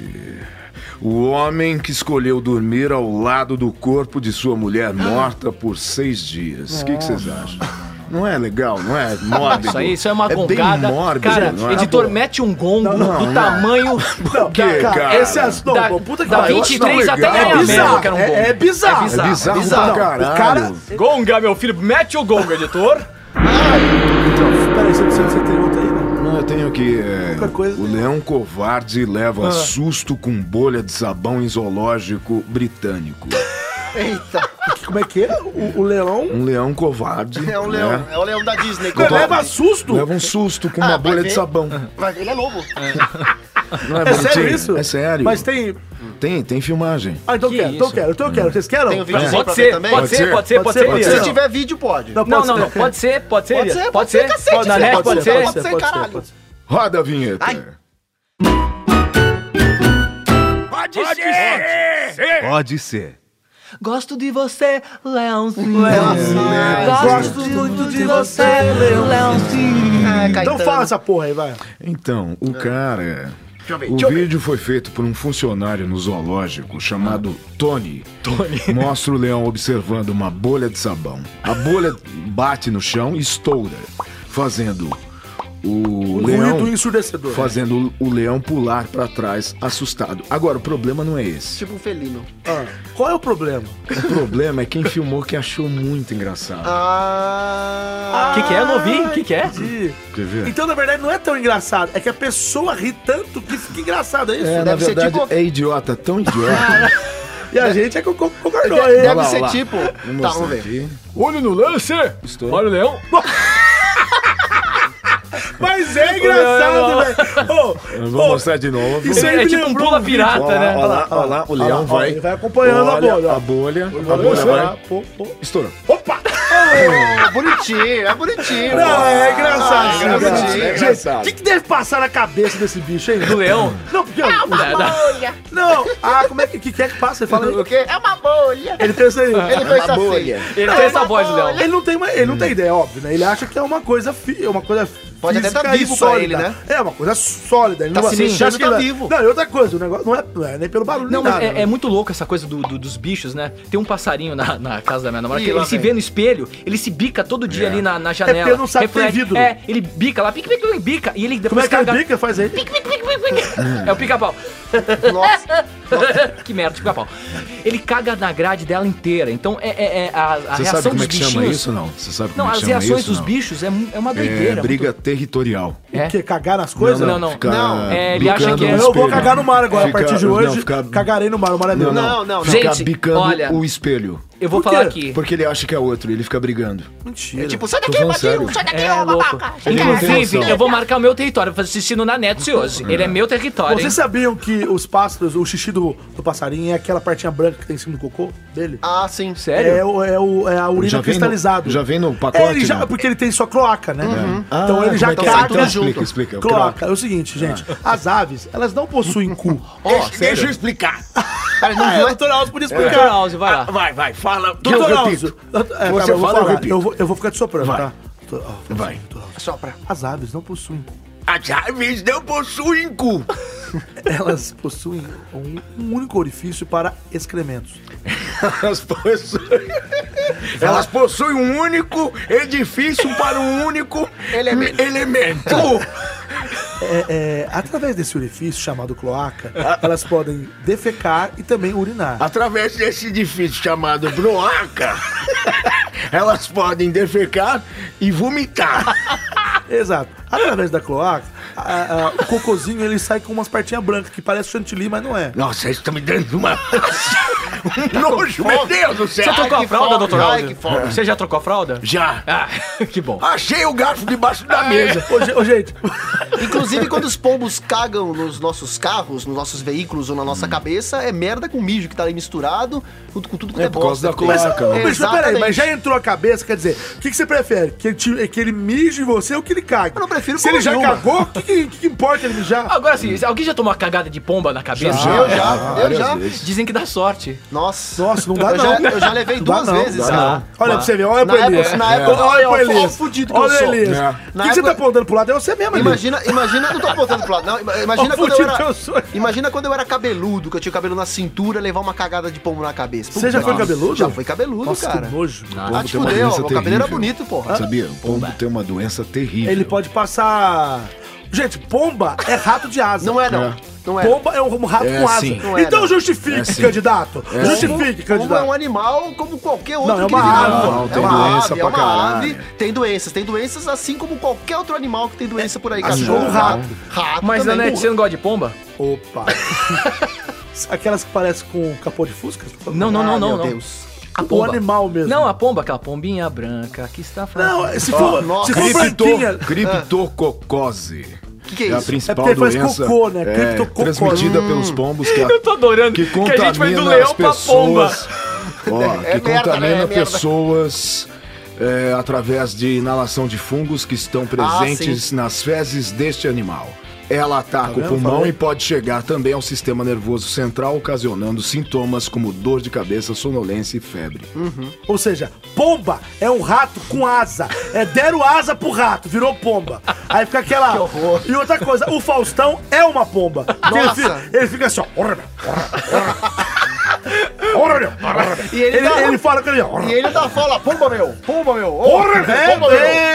O homem que escolheu dormir ao lado do corpo de sua
Ah.
mulher morta por seis dias. O que que vocês acham? Não é legal, não é mórbido?
Isso aí, isso é uma
bem
gongada.
mórbido,
cara,
não é?
editor, mete um gongo do tamanho
Não,
quê,
cara,
cara?
Esse assunto.
da,
pô, puta que
da
pariu.
23
legal.
até
É
ganhar
É
merda,
bizarro,
eu quero um
é,
gongo.
é bizarro.
É
É bizarro,
bizarro.
pra caralho.
O cara-
Gonga, meu filho, mete o gongo, editor.
Peraí, você, você, você tem outra aí, né?
Não, eu tenho que. é,
Pouca coisa.
O leão covarde
Ah.
leva susto com bolha de sabão em zoológico britânico.
Eita!
Como é que é? O, o leão
Um leão covarde.
É o
né,
leão, é o leão da Disney. que
Não,
eu
leva
gosto.
susto.
Leva um susto com uma
Ah, vai
bolha de
ver.
sabão.
Mas Ele é lobo.
Não
É sério
bonitinho?
isso?
É sério.
Mas tem.
Tem, tem filmagem.
Ah, então eu
Que
quero, então eu
isso?
quero, então eu quero. Vocês querem?
Tem o vídeo
Não,
É. pra
pode,
ver
ser,
também?
pode ser, pode ser, pode ser,
pode
Elias.
ser.
Se tiver vídeo, pode.
Não, não, não, pode ser, pode ser,
Pode
Elias.
ser,
Pode
pode
ser,
ser, cacete,
na net,
pode
pode
ser,
ser.
pode ser, caralho.
pode ser.
Roda a vinheta.
Pode, ser!
Pode ser.
Gosto de você, Leãozinho. Gosto muito de você, Leãozinho.
Ah, Caetano.
Então fala essa porra aí, vai.
Então, o cara. O vídeo foi feito por um funcionário no zoológico chamado Tony. Tony. Mostra o leão observando uma bolha de sabão. A bolha bate no chão e estoura, fazendo o leão
Ruído
né?
ensurdecedor.
fazendo o o leão pular pra trás assustado. Agora o problema não é esse.
Tipo um felino.
Ah, qual é o problema?
O problema é quem filmou que achou muito engraçado.
Ah.
O que, que é? Eu não vi. O que, que é?
De-
Quer ver?
Então, na verdade, não é tão engraçado. É que a pessoa ri tanto que fica engraçado, é isso?
É, na
deve ser
verdade,
tipo-
é idiota, tão idiota.
tipo-
E a gente é que co- concordou
Deve,
aí.
deve
lá,
ser
olha lá.
tipo.
Vamos
Tá,
mostrar
vamos ver.
aqui.
Olho no lance.
Estou.
Olha o leão.
Mas é engraçado, velho.
Eu
Ô,
vou
ô,
mostrar de novo.
isso aí
É
me
tipo um
lembrou
pula
um
pirata,
Olha lá,
né?
olha lá, olha lá, o leão
ó,
vai.
ele vai acompanhando a
olha
bolha, ó.
A bolha, a bolha vai.
Pô, pô.
Estourou.
É bonitinho, é bonitinho.
Não, é engraçado.
Ah,
é engraçado.
é
Gente, o que, que deve passar na cabeça desse bicho, hein?
Do Um leão.
Não, porque...
Uma bolha.
Não, ah, como é que, que, que é que passa? Você fala aí.
O quê?
É uma bolha.
Ele pensa aí.
Ele
Ele,
fez assim. essa
bolha.
feia.
Ele tem essa voz, o leão.
ele não tem, uma, ele não tem ideia, óbvio, né? Ele acha que é uma coisa fi, uma coisa
Pode até
física
tá vivo
e
pra
sólida.
ele, né?
É, uma coisa sólida. Ele
Tá
não
se
assim,
mexendo,
acha que
tá
não é-
vivo.
Não, e outra coisa, o negócio não é, não é nem pelo barulho,
Não,
nem
mas
nada.
é, é muito louco essa coisa do- do- dos bichos, né? Tem um passarinho na, na casa da minha namorada, que
Ih,
ele
lá
se
vem.
vê no espelho, ele se bica todo dia ali na, na janela.
porque ele não sabe que tem
reflete.
vidro.
É, ele bica lá, pica, pica, pica, bica, e ele
Como
depois
é que ele
caga-
bica? Faz aí.
É o pica-pau.
Nossa.
que merda, de pica-pau. Ele caga na grade dela inteira. Então é, é- é a, a
Você
reação
sabe como
dos
é que
bichinhos.
chama isso, não? Você sabe como
Não,
é que
as
chama
reações
isso,
dos
não?
bichos é, mu- é uma
É,
doideira.
briga territorial.
É.
O quê? Cagar nas coisas?
Não, não.
Fica
Não,
é, ele acha
bicando
que é-
no
Eu vou
espelho.
cagar no mar agora,
Fica-
a partir de
não,
hoje.
fica-
Cagarei no mar, o mar é meu.
Não,
Não, não, não.
Fica
Gente,
bicando
olha.
o espelho.
Eu vou
Por
falar
quê?
aqui.
Porque ele acha que é outro, ele fica brigando.
Mentira.
Tipo,
Sai
sabe
daqui,
falando sério.
bandido. Sai daqui,
É,
ô
louco.
babaca.
Ele não tem
Inclusive,
noção.
eu vou marcar o meu território, vou fazer assistindo na net hoje. Ele é meu território. hein?
Vocês sabiam que os pássaros, o xixi do, do passarinho é aquela partinha branca que tem em cima do cocô dele?
Ah, sim.
Sério?
É, o- é, o, é a urina
Já vem no-
cristalizada.
já vem no pacote,
É, ele já-
não?
porque ele tem só cloaca, né? então
Ah,
ele já
como é que é?
caga.
Então tudo junto.
Explica, explica.
Cloaca. É o seguinte, gente. As aves, elas não possuem cu.
Deixa- deixa eu explicar.
Cara, não
Ah,
viu?
o Dr. Alves podia
É.
Doutor
explicar.
Alves, vai
Ah,
lá.
Vai, vai, fala.
Dr.
Eu
Alves.
repito.
É, calma,
Você
eu vou
fala, eu
falar.
repito.
Eu vou, eu vou ficar te soprando, tá? Dr. Alves,
Vai.
Dr. Alves.
Só pra.
As aves não possuem cu.
As aves não possuem cu.
Elas possuem um, um único orifício para excrementos.
Elas possuem... Elas possuem um único edifício para um único elemento.
é, é, através desse orifício chamado cloaca, elas podem defecar e também urinar.
Através desse edifício chamado broaca, elas podem defecar e vomitar.
Exato. Através da cloaca, a- a- o cocôzinho ele sai com umas partinhas brancas, que parece chantilly, mas não é.
Nossa, isso tá me dando uma. um nojo, meu Deus do
Você
céu!
trocou a fralda, doutor
ai,
Aldo?
que fome.
Você já trocou a fralda?
Já!
Ah, que bom.
Achei o garfo debaixo da mesa.
Ô, ge- ô, gente,
Inclusive, quando os pombos cagam nos nossos carros, nos nossos veículos ou na
Hum.
nossa cabeça, é merda com mijo que tá ali misturado, junto com tudo que é,
por causa
bosta.
da
mas,
cloaca,
ô, bicho,
Exatamente.
peraí, mas já entrou a cabeça, quer dizer, o que, que você prefere? Que ele, te- que ele mije em você ou que ele cague?
Eu não prefiro
Se ele já
nenhuma.
cagou, o que, que, que importa ele mijar?
Agora sim, alguém já tomou uma cagada de pomba na cabeça?
Ah,
Eu já, eu
várias
já.
vezes.
Dizem que dá sorte.
Nossa.
Nossa, não dá
eu,
não.
Já, eu já levei
Não dá
duas
não,
vezes,
dá
cara.
não. Olha pra você ver, olha
Na
pro
época-
Elias.
na época-
Olha
olha
pro
o
Elias.
fudido que eu
Olha o
sou.
Elias.
É.
O
Na
que que você tá
época-
apontando pro lado? É você mesmo, Elias.
Imagina, imagina, não tô apontando pro lado, não. Ima- Imagina
Ó,
quando eu
fudido que eu
era.
sou.
Imagina quando eu era cabeludo, que eu tinha o cabelo na cintura, levar uma cagada de pombo na cabeça.
Você já foi
Nossa.
cabeludo?
Já foi cabeludo,
Nossa,
cara.
que nojo. mano.
Ah, te fudeu, o cabelo era bonito, porra.
Sabia? O pombo tem uma doença terrível.
Ele pode passar... Gente, pomba é rato de asa.
Não é, não. Não é.
Pomba é um rato
É
com asa.
assim.
Não é,
Então
não.
justifique,
É assim.
candidato. Justifique,
Justifique, Pombo é
candidato.
um animal como qualquer outro
Não, é
que
uma
vive na
ave.
rua.
Não, tem
é uma
doença
ave,
pra
é uma
caralho.
ave. Tem doenças, tem doenças assim como qualquer outro animal que tem doença por aí.
Assim,
Cachorro,
não.
rato. Rato
Mas,
também.
Nanete, você não gosta de pomba?
Opa. Aquelas que parecem com capô de fusca?
Não, não, não,
Ah,
não.
meu
não.
Deus.
A
O
pomba.
animal mesmo.
Não, a pomba, aquela pombinha branca que está falando.
Não, se for,
Ah, nossa.
se for
Cripto,
branquinha...
criptococose.
O que, que é
É a
isso?
principal
É porque faz
doença
cocô, né?
é,
Criptococose.
transmitida pelos pombos que, a-
Eu tô adorando
que
que a
contamina
gente vai do
as
leão pra pomba.
pessoas. Ó,
É
que
merda,
contamina
né? É merda.
pessoas é, através de inalação de fungos que estão presentes nas fezes deste animal. Ela ataca o
vendo?
pulmão
Falei.
e pode chegar também ao sistema nervoso central, ocasionando sintomas como dor de cabeça, sonolência e febre.
Ou seja, pomba é um rato com asa. É deram asa pro rato, virou pomba. Aí fica aquela. Que horror. E outra coisa, o Faustão é uma pomba. Porque Ele
Nossa.
fica, ele fica assim, ó. Orra, meu, orra, meu, orra, meu, orra, meu.
E ele
ele,
dá-
ele fala com ele, ó.
E ele dá fala, pomba meu, pomba meu,
Porra, é,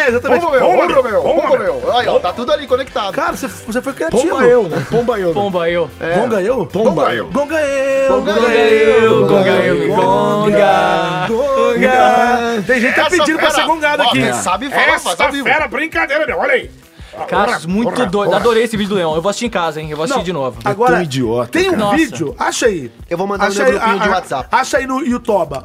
é, exatamente.
pomba meu,
Pomba,
pomba
meu,
meu, pomba meu. Aí, ó, tá tudo ali conectado.
Cara, você, você foi criativo.
né? Pomba eu.
Pomba eu.
Gonga eu?
Pomba eu.
Gonga eu.
Gonga
eu, gonga eu,
Gonga. Gonga. Tem gente que tá
Essa
pedindo pra
fera-
ser gongado
Ó,
aqui.
É.
É
quem sabe fala, faz ao vivo.
brincadeira, meu. Olha aí.
Caras, muito doido. Adorei esse vídeo do leão. Eu vou assistir em casa, hein? Eu vou assistir de novo.
É
Agora,
tão idiota,
tem um
cara.
vídeo, acha aí.
Eu vou mandar no meu grupinho de WhatsApp.
Acha aí no YouTube.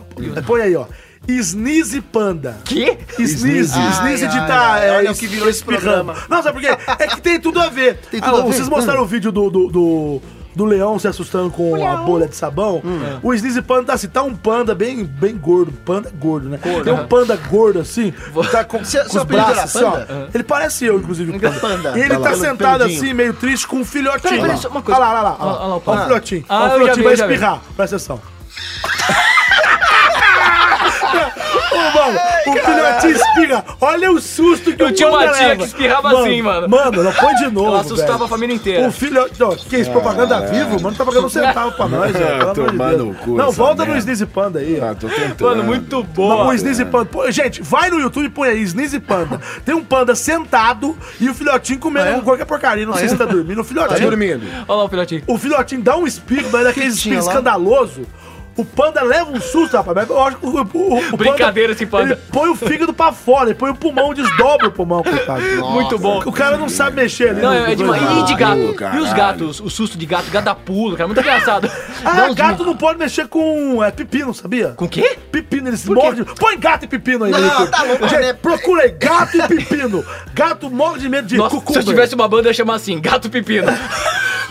Põe aí, ó. Sneeze Panda.
Que?
Sneeze,
Ai,
sneeze de
ai,
tá
ai,
é,
olha o que virou esse
espirrando. Não, sabe por quê? É que tem tudo a ver.
Tem tudo
Ah,
a ver.
Vocês mostraram o vídeo do, do, do, do leão se assustando com a bolha de sabão.
Hum.
O sneeze panda tá assim, tá um panda bem, bem gordo. Panda gordo, né? Tem um panda gordo assim, tá com,
Seu-
com
seu
os
apelido
braços
era
assim, ó.
panda?
Ele parece eu, inclusive, o panda.
é Panda.
E ele
Olha
tá
lá.
sentado
Peludinho.
assim, meio triste, com um filhotinho.
Pera,
Olha
pera,
lá,
só uma
olha
coisa.
lá, olha lá.
Olha lá, olha lá, o
Olha
panda.
o filhotinho.
Ah,
Olha
eu já
o
vi,
filhotinho, vai
eu já vi.
espirrar. Presta atenção. Mano, o filhotinho espirra. Olha o susto que
Eu
o
tinha uma
panda
tia
leva.
que espirrava assim, mano.
Mano, não põe de novo.
Ela assustava
velho.
a família inteira.
O filhotinho. Não, que isso, propaganda vivo? Mano, tá pagando um centavo pra nós, velho. pelo amor de
É. tomar
Deus.
no cu
Não,
essa
volta no
merda.
Sneeze Panda aí. ó.
Ah, tô tentando.
Mano, muito
Não,
boa.
o Sneeze Panda. Pô, gente, vai no YouTube e põe aí Sneeze Panda. Tem um panda sentado e o filhotinho
Ah,
comendo
é?
um qualquer porcaria. Não sei se tá dormindo. O
Tá
filhotinho
dormindo.
Olha lá o filhotinho.
o filhotinho dá um espirro, mas daquele espirro
tinha lá?
escandaloso. O panda leva um susto, rapaz. mas Eu acho que o, o, o
Brincadeira esse panda.
Ele põe o fígado pra fora, ele põe o pulmão, desdobra o pulmão, coitado.
Muito bom.
O cara não sabe mexer ali.
Não,
no-
é demais.
coisa.
E de gato?
Caralho.
E os gatos? O susto de gato, gato dá pulo, cara. Muito engraçado. Dá
Ah,
uns-
gato não pode mexer com é, pepino, sabia?
Com o quê?
Pepino, eles mordem. Põe gato e pepino aí. no
Não,
YouTube.
tá louco,
Gente,
né?
procura aí, gato e pepino. Gato morre de medo de
Nossa, se
cucumber.
eu tivesse uma banda, eu ia chamar assim, Gato Pepino.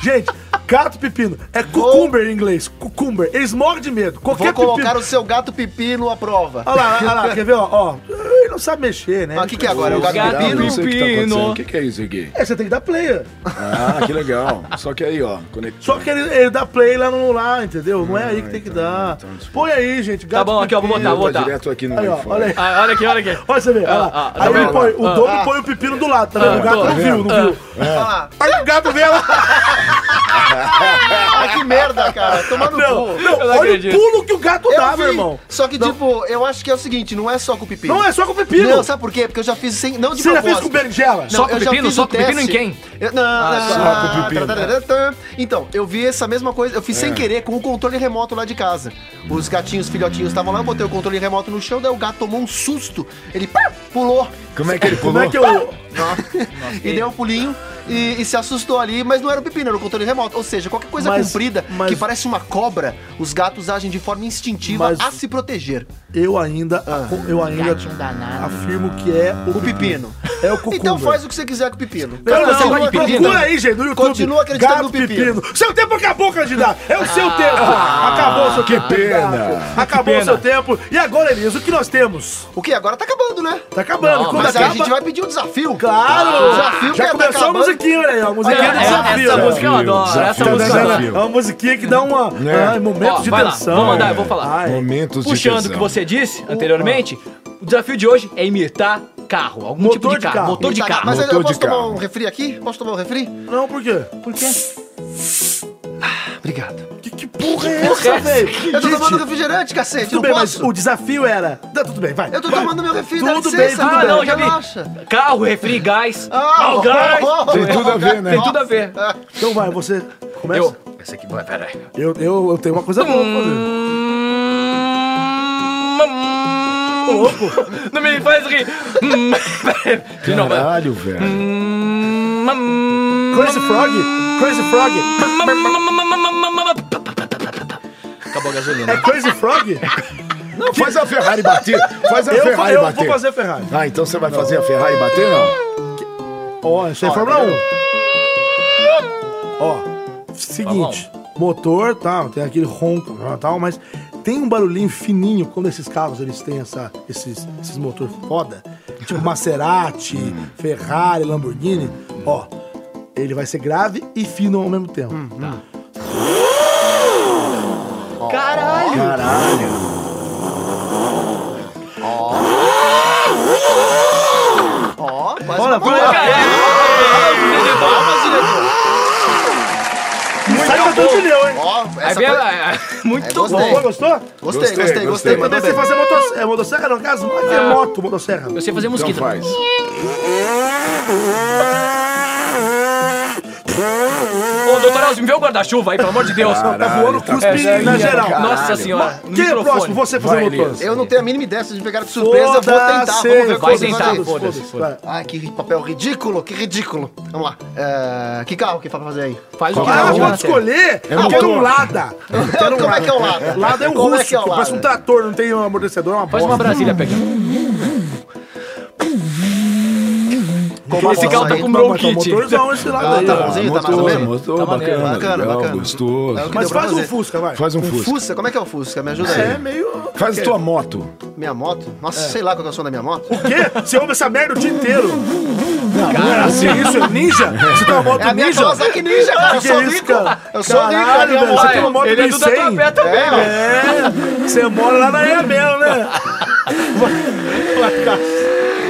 Gente, gato e pepino. É cucumber em inglês. Cucumber. Eles morrem de medo.
Vou
Qualquer
colocar
pepino.
o seu gato pepino à prova.
Olha lá, olha lá, quer ver, ó, ó. Ele não sabe mexer, né?
Ah, o que, que é agora? É o gato
Gato
pepino?
não sei o que tá
Pepino.
acontecendo. O que que é isso aqui?
É, você tem que dar play. ó.
Ah, que legal. Só que aí, ó, conectou.
Só que ele, ele dá play lá no lá, entendeu?
Ah,
Não é aí que tem que
então,
dar. Põe aí, gente.
Tá bom, aqui, ó, vou botar, vou
Tá
botar.
direto aqui no
Aí, ó,
iPhone.
olha aí.
Ah, olha aqui, olha aqui.
Olha, você vê, olha
Ah,
lá.
ah, tá
aí
Ah,
ele
vendo?
põe, o
Ah,
Ah.
dono põe o pepino do lado, tá vendo? O gato não viu, não viu.
Olha lá.
Aí o gato vê lá.
ah, que merda, cara. Tomar no
Não,
cu.
não,
Eu não
olha
acredito.
o pulo que o gato
Eu
dá,
vi,
meu irmão.
Só que, tipo, eu acho que é o seguinte, não é só com o pepino.
Não é só com pepino.
Não, sabe por quê? Porque eu já fiz sem. Não de
Você já fez
propósito.
com berinjela?
Só com
eu já
pepino?
fiz
Só
o
com pepino em
teste.
quem? Ah,
Eu- não,
só com pepino.
tarararã. Então, eu vi essa mesma coisa, eu fiz
É.
sem querer com o controle remoto lá de casa. Os gatinhos, filhotinhos estavam lá, eu botei o controle remoto no chão, daí o gato tomou um susto. Ele pá, pulou.
Como é que ele
Como
pulou?
é que
Ah.
eu...
e deu um pulinho e, e se assustou ali, mas não era o pepino, era o controle remoto. Ou seja, qualquer coisa
Mas-
comprida
mas-
que parece uma cobra, os gatos agem de forma instintiva
Mas-
a se proteger.
Eu ainda, ah, eu ainda
Gatinho danado.
afirmo que é
O pepino.
É o cucumber.
Então faz o que você quiser com o pepino.
Não, não,
você vai
não,
de pepino?
procura aí, gente, no YouTube.
Continua acreditando no pepino.
Seu tempo acabou, candidato. É o seu tempo. Acabou o seu tempo.
que pena.
candidato. Acabou
Que
o seu tempo. E agora, Elias, o que nós temos?
O que? Agora tá acabando, né?
Tá acabando.
Não,
Quando
Mas aí
acaba...
a gente vai pedir um desafio.
Claro!
O desafio
Já
que
começou
tá
a
acabando.
musiquinha, olha aí. ó, A musiquinha do
É,
desafio.
Essa
ó.
música eu adoro.
Desafio,
essa
desafio.
música eu adoro.
desafio.
É uma musiquinha que dá uma,
É.
ai, momentos
Ó,
de
vai lá,
tensão.
vou mandar, eu vou falar.
Ai.
Momentos
Puxando
de
o que você disse anteriormente, o desafio de hoje é imitar carro, algum tipo
Motor
de
de
carro,
carro.
motor de
Tá,
carro.
Mas eu- eu
Motor de
posso tomar
carro.
um refri aqui? Posso tomar um refri?
Não, por quê?
Por quê?
Obrigado.
Que, que porra é essa, velho?
Eu tô
Gente,
tomando refrigerante, cacete.
Tudo
Não
bem, mas
posso?
o desafio era... Tá, tudo bem, vai.
Eu tô
vai.
tomando meu refri, dá
Tudo bem,
licença.
tudo
Ah,
bem.
não, já vi.
Relaxa.
Carro, refri, gás.
Ah,
Oh, gás.
é
Tem
um
tudo a ver, né?
Tem tudo a ver.
Então vai, você começa.
Eu. Essa aqui, vai, peraí.
Eu, eu, eu tenho uma coisa boa pra fazer.
Ô, louco. Não me faz rir. Hum, peraí. De novo.
Caralho,
Hum.
velho.
Crazy Frog? Crazy Frog?
Acabou a
É
gasolina.
Crazy Frog?
Não, faz a Ferrari bater. Faz a
eu fa-
Ferrari
eu
bater.
vou fazer Ferrari.
Ah, então você vai fazer a Ferrari bater, não? Então
Ó, isso é Fórmula 1. Ó, seguinte.
Tá
Motor, tal, tem aquele ronco, tal, mas tem um barulhinho fininho quando esses carros eles têm essa, esses, esses motor foda. Tipo Maserati, Ferrari, Lamborghini. Ó, ele vai ser grave e fino ao mesmo tempo.
Hum. Caralho.
Caralho.
Ó, quase
Olha,
acabou.
olha. Sai pra turbilhão, hein?
Ó,
Aí
essa
vem
foi...
É a- a- Muito
É,
bom.
gostei.
Boa, gostou?
Gostei,
Gostei,
gostei, gostei.
gostei.
Eu
mandou
pensei
bem.
fazer motosserra, é motosserra no caso, mas é moto, motosserra.
Eu sei fazer
Então
mosquito.
faz.
Ô, doutor Elcio, me vê o guarda-chuva aí, pelo amor de Deus.
tá voando
Caralho,
cuspe
tá
na
velho,
geral.
cara.
Nossa
Caralho.
senhora. no
Quem é o
microfone.
próximo? Você fazer
Vai,
motosserra.
Eu não tenho a mínima ideia, vocês me pegaram de surpresa, vou tentar, vamos
Foda-se,
ver
Vai
como
tentar,
vai.
foda-se,
foda-se,
foda-se.
vai.
Ai, que papel ridículo, que ridículo. Vamos lá. É, que carro que fala pra fazer aí?
Faz o que
Ah,
dá,
ela pode
Jonathan.
escolher.
É
Ah, quero
motor.
um Lada. Quero um
Como é que é o Lada?
Lada é um
Como é que é
rústico,
o Lada?
parece um trator, não tem um amortecedor, é uma
Faz uma
bosta.
Brasília pegando.
Como
Esse carro tá
aí?
com
Não, mas tá um
bronquite.
motorzão esse Lada
Ah,
aí.
tá
ó.
bom. Bonzinho, tá mais ou
motor,
menos?
motor,
Tá maneiro.
bacana,
Bacana,
legal,
bacana.
gostoso.
É o que
Mas
deu pra
faz um
fazer.
Fusca, vai.
Faz um
Um
Fusca.
Fusca? Como é que é o Fusca? Me ajuda
É
aí.
meio...
Faz tua moto.
Minha moto? Nossa, sei lá qual que é o som da minha moto.
Quê? Você ouve essa merda o dia inteiro.
Cara,
Que isso, é ninja? Você tem uma moto
É a minha
ninja?
Kawasaki Ninja, cara. Eu
Que é
sou
isso,
rico.
cara?
Eu sou rico. a
Caralho,
minha
velho,
moto-
você tem uma moto
Ele é do
1100?
Tatuapé também.
É, mano.
É, você mora lá na Iabel, né?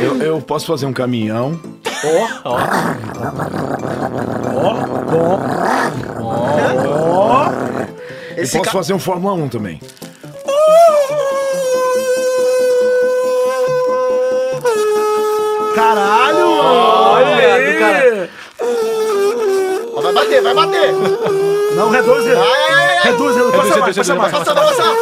eu, eu posso fazer um caminhão. Eu
Esse
posso
ca-
fazer um Fórmula 1 também.
Caralho,
Olha, do
Olha
cara.
Ó, Vai bater, vai bater.
Não, reduz ele.
Ai, ai, ai, ai.
Reduz ele, passa mais, passa mais.
Passa, passa.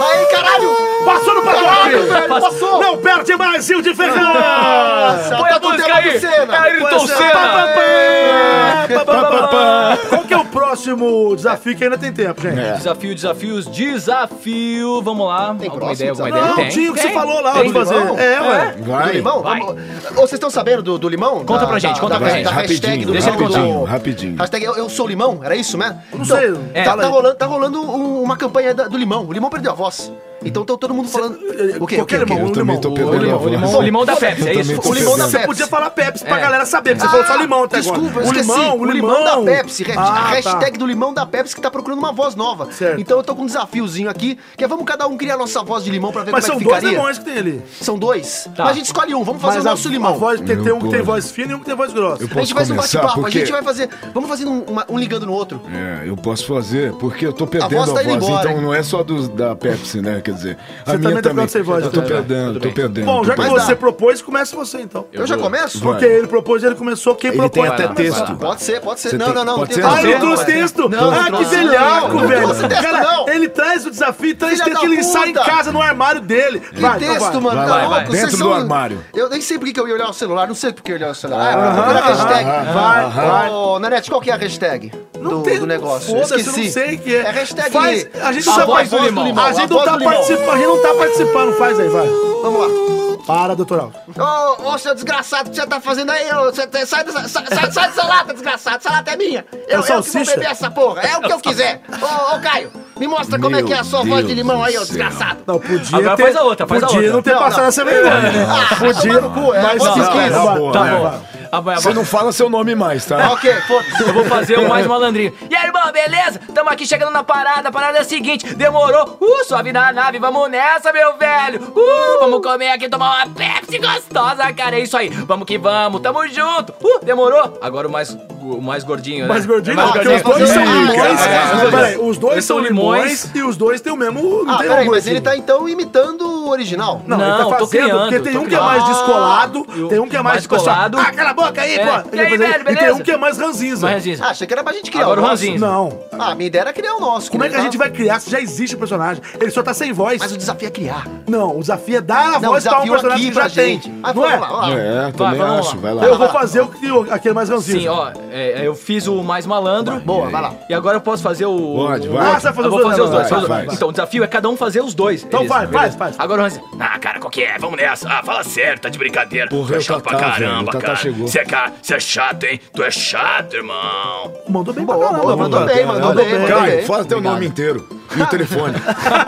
Aí, caralho.
Passou no
Caralho,
pacote!
velho. Passou.
Não perde mais, Gil de Ferraz!
Nossa,
Põe
tá
a
com o
música
tema do
aí. É
Senna.
Ayrton
Pá,
Senna.
pá, pá, pá, pá, pá. Qual que é o próximo desafio que ainda tem tempo, gente?
É.
Desafio, desafios, desafio. Vamos lá. alguma
próximo
ideia,
desafio?
alguma ideia?
Não,
Tem.
tinha o que você
Tem.
falou lá,
Tem.
de fazer.
Limão?
É, ué.
Do
Vai.
limão?
Vai.
Vamos- Ô, Vocês estão sabendo do, do limão?
Conta pra gente, conta
da,
pra gente.
Da hashtag
Rapidinho,
do
deixa ele
limão,
contar.
do-
Rapidinho.
Hashtag eu, eu sou limão, era isso mesmo?
Não sei,
É.
tá,
fala
tá
aí.
rolando, tá rolando um- uma campanha da- do limão. O limão perdeu a voz. Então tá todo mundo falando. O quê? O quê?
Qualquer
O quê?
limão,
Eu
um
também
limão.
tô perdendo
O limão,
a
o
voz.
O limão da Pepsi, é
Eu
isso?
também tô
O limão da
perdendo.
Você
Pepsi.
podia falar Pepsi pra
É.
galera saber, porque você falou só limão até
Ah, Desculpa,
agora.
eu
o
esqueci.
limão, o limão.
da Pepsi. re-
Ah, tá.
hashtag do limão da Pepsi que tá procurando uma voz nova.
Certo.
Então eu tô com um desafiozinho aqui, que é vamos cada um criar nossa voz de limão pra ver
Mas
como
são
é que
dois
ficaria.
limões que tem ali.
São dois?
Tá.
Mas a gente escolhe um, vamos fazer
Mas
o nosso
a,
limão.
A voz tem,
Meu
tem um que tem
Deus.
voz fina e um que tem voz grossa.
Eu
a gente
posso
faz um
começar
bate-papo,
porque...
a gente vai fazer. Vamos fazer um, uma- um ligando no outro.
É, eu posso fazer, porque eu tô perdendo a
voz
voz,
tá indo embora.
então não é só do, da Pepsi, né? Quer dizer, a
Você
minha
também tá ficando sem voz,
eu tô
né?
perdendo, tô perdendo.
Bom,
tô
já que
perdendo.
você
dá.
propôs, começa você então.
Eu, já começo?
Vai.
Porque ele propôs, ele começou, quem
Ele
propôs
tem até
vai lá.
texto.
Pode ser, pode ser.
Você
não,
tem-
não, não, não.
pode
tem
ser?
nada
Ah,
a
ele
ver,
trouxe
pode ser.
texto!
Não,
ah,
não
que
trouxe, não.
velhaco,
Não
velho!
trouxe texto,
Cara,
não.
Ele traz o desafio, traz
Filha
texto
da
que ele
puta.
sai em casa no armário dele.
Que
Vai, então
texto,
vai.
mano. tá
Vai, vai,
louco?
vai.
Vocês
Dentro
são-
do armário.
Eu nem sei porque que eu ia olhar o celular, não sei porque eu ia olhar o celular. Ah, ah, a
aham,
hashtag.
aham, aham.
vai. Ô, Nanete, qual que é a hashtag do,
tem-
do negócio?
Foda-se, eu
Esqueci.
não sei o que é.
É hashtag.
Faz, a gente
A
não tá
voz do
participando.
limão,
A
a
gente não
voz
tá
do limão.
participando. A gente não tá participando. Faz aí, vai.
Vamos lá.
Para, doutoral.
Ô, ô, seu desgraçado, o que você tá fazendo aí? Ô, você tá- sai, dessa, sai, sai dessa lata, desgraçado. Essa lata é minha. Eu, eu que vou
salsicha?
beber essa porra. É o que eu quiser. Ô, ô, Caio, me mostra como é que é a sua
Meu
voz de limão aí, ô,
Deus do
desgraçado.
Não, podia
Agora
ter...
faz a outra, faz a
podia
outra.
não ter
Não,
passado
não.
essa vergonha, né?
Ah, podia. No cu, é,
Mas
voz
não,
esquerda.
tá bom,
Tá
né?
bom. Ah, vai,
Você
vai.
não fala seu nome mais, tá?
Ok, foda-se.
Eu vou fazer o mais malandrinho.
E aí, irmão, beleza? Tamo aqui chegando na parada. A parada é a seguinte: demorou. Uh, suave na nave, vamos nessa, meu velho. Uh, vamos comer aqui, tomar uma Pepsi gostosa, cara. É isso aí. Vamos que vamos, tamo junto. Uh, demorou.
Agora o mais, o mais gordinho, né?
Mais gordinho,
É mais
não, porque os
gordinho.
dois são
Ah,
limões.
cara,
Ah,
cara.
Peraí, os dois
Eles
são
são
limões e os dois têm o mesmo. Não
Ah,
tem
peraí,
alguma
mas ele
coisa.
tá então imitando o original.
Não, ele
Não,
tá
tô
fazendo,
criando,
porque tem
tô
um que é mais
criando.
descolado,
E o
tem um que é mais
mais colado.
Ah, cala a boca aí,
É.
pô!
E aí,
Ele vai fazer-
velho,
e tem um
beleza?
que é mais ranzinza.
Mais ranzinza.
Ah, achei que era pra gente criar
Agora o
o nosso.
ranzinho.
Não.
Ah, minha ideia era criar o nosso.
Como é que a
né?
gente vai criar se já existe o personagem? Ele só tá sem voz.
Mas o desafio é criar.
Não, o desafio é dar a
Não, o
voz pra um
desafio
personagem
aqui
que já
pra
tem.
gente. Ah,
Não
vamos
é?
lá, vamos lá.
É, também
vamos
acho,
lá.
vai lá.
Eu vou fazer o que o- aquele mais ranzinza.
Sim, ó, é, eu fiz o mais malandro.
Boa, vai lá.
E agora eu posso fazer o.
Pode,
o-
vai.
Ah, você vai fazer
Eu
os
vou
dois,
fazer os dois.
vai,
vai,
fazer os
vai,
dois.
vai.
Então, o desafio é cada um fazer os dois.
Então
Beleza,
vai, faz,
beleza.
faz.
Agora o Hansen.
Ah, cara, qual que é? Vamos nessa. Ah, fala sério, tá de brincadeira.
Porra,
tu
é
é
o
tá
chato pra
Tatá, velho. O
caramba,
Tatá
cara.
chegou.
Você é, ca- você é chato, hein? Tu é chato, irmão.
Mandou bem pra
Boa,
caramba,
boa,
mano.
mandou bem, mandou bem, mandou bem.
Caio, fala teu nome inteiro e o telefone.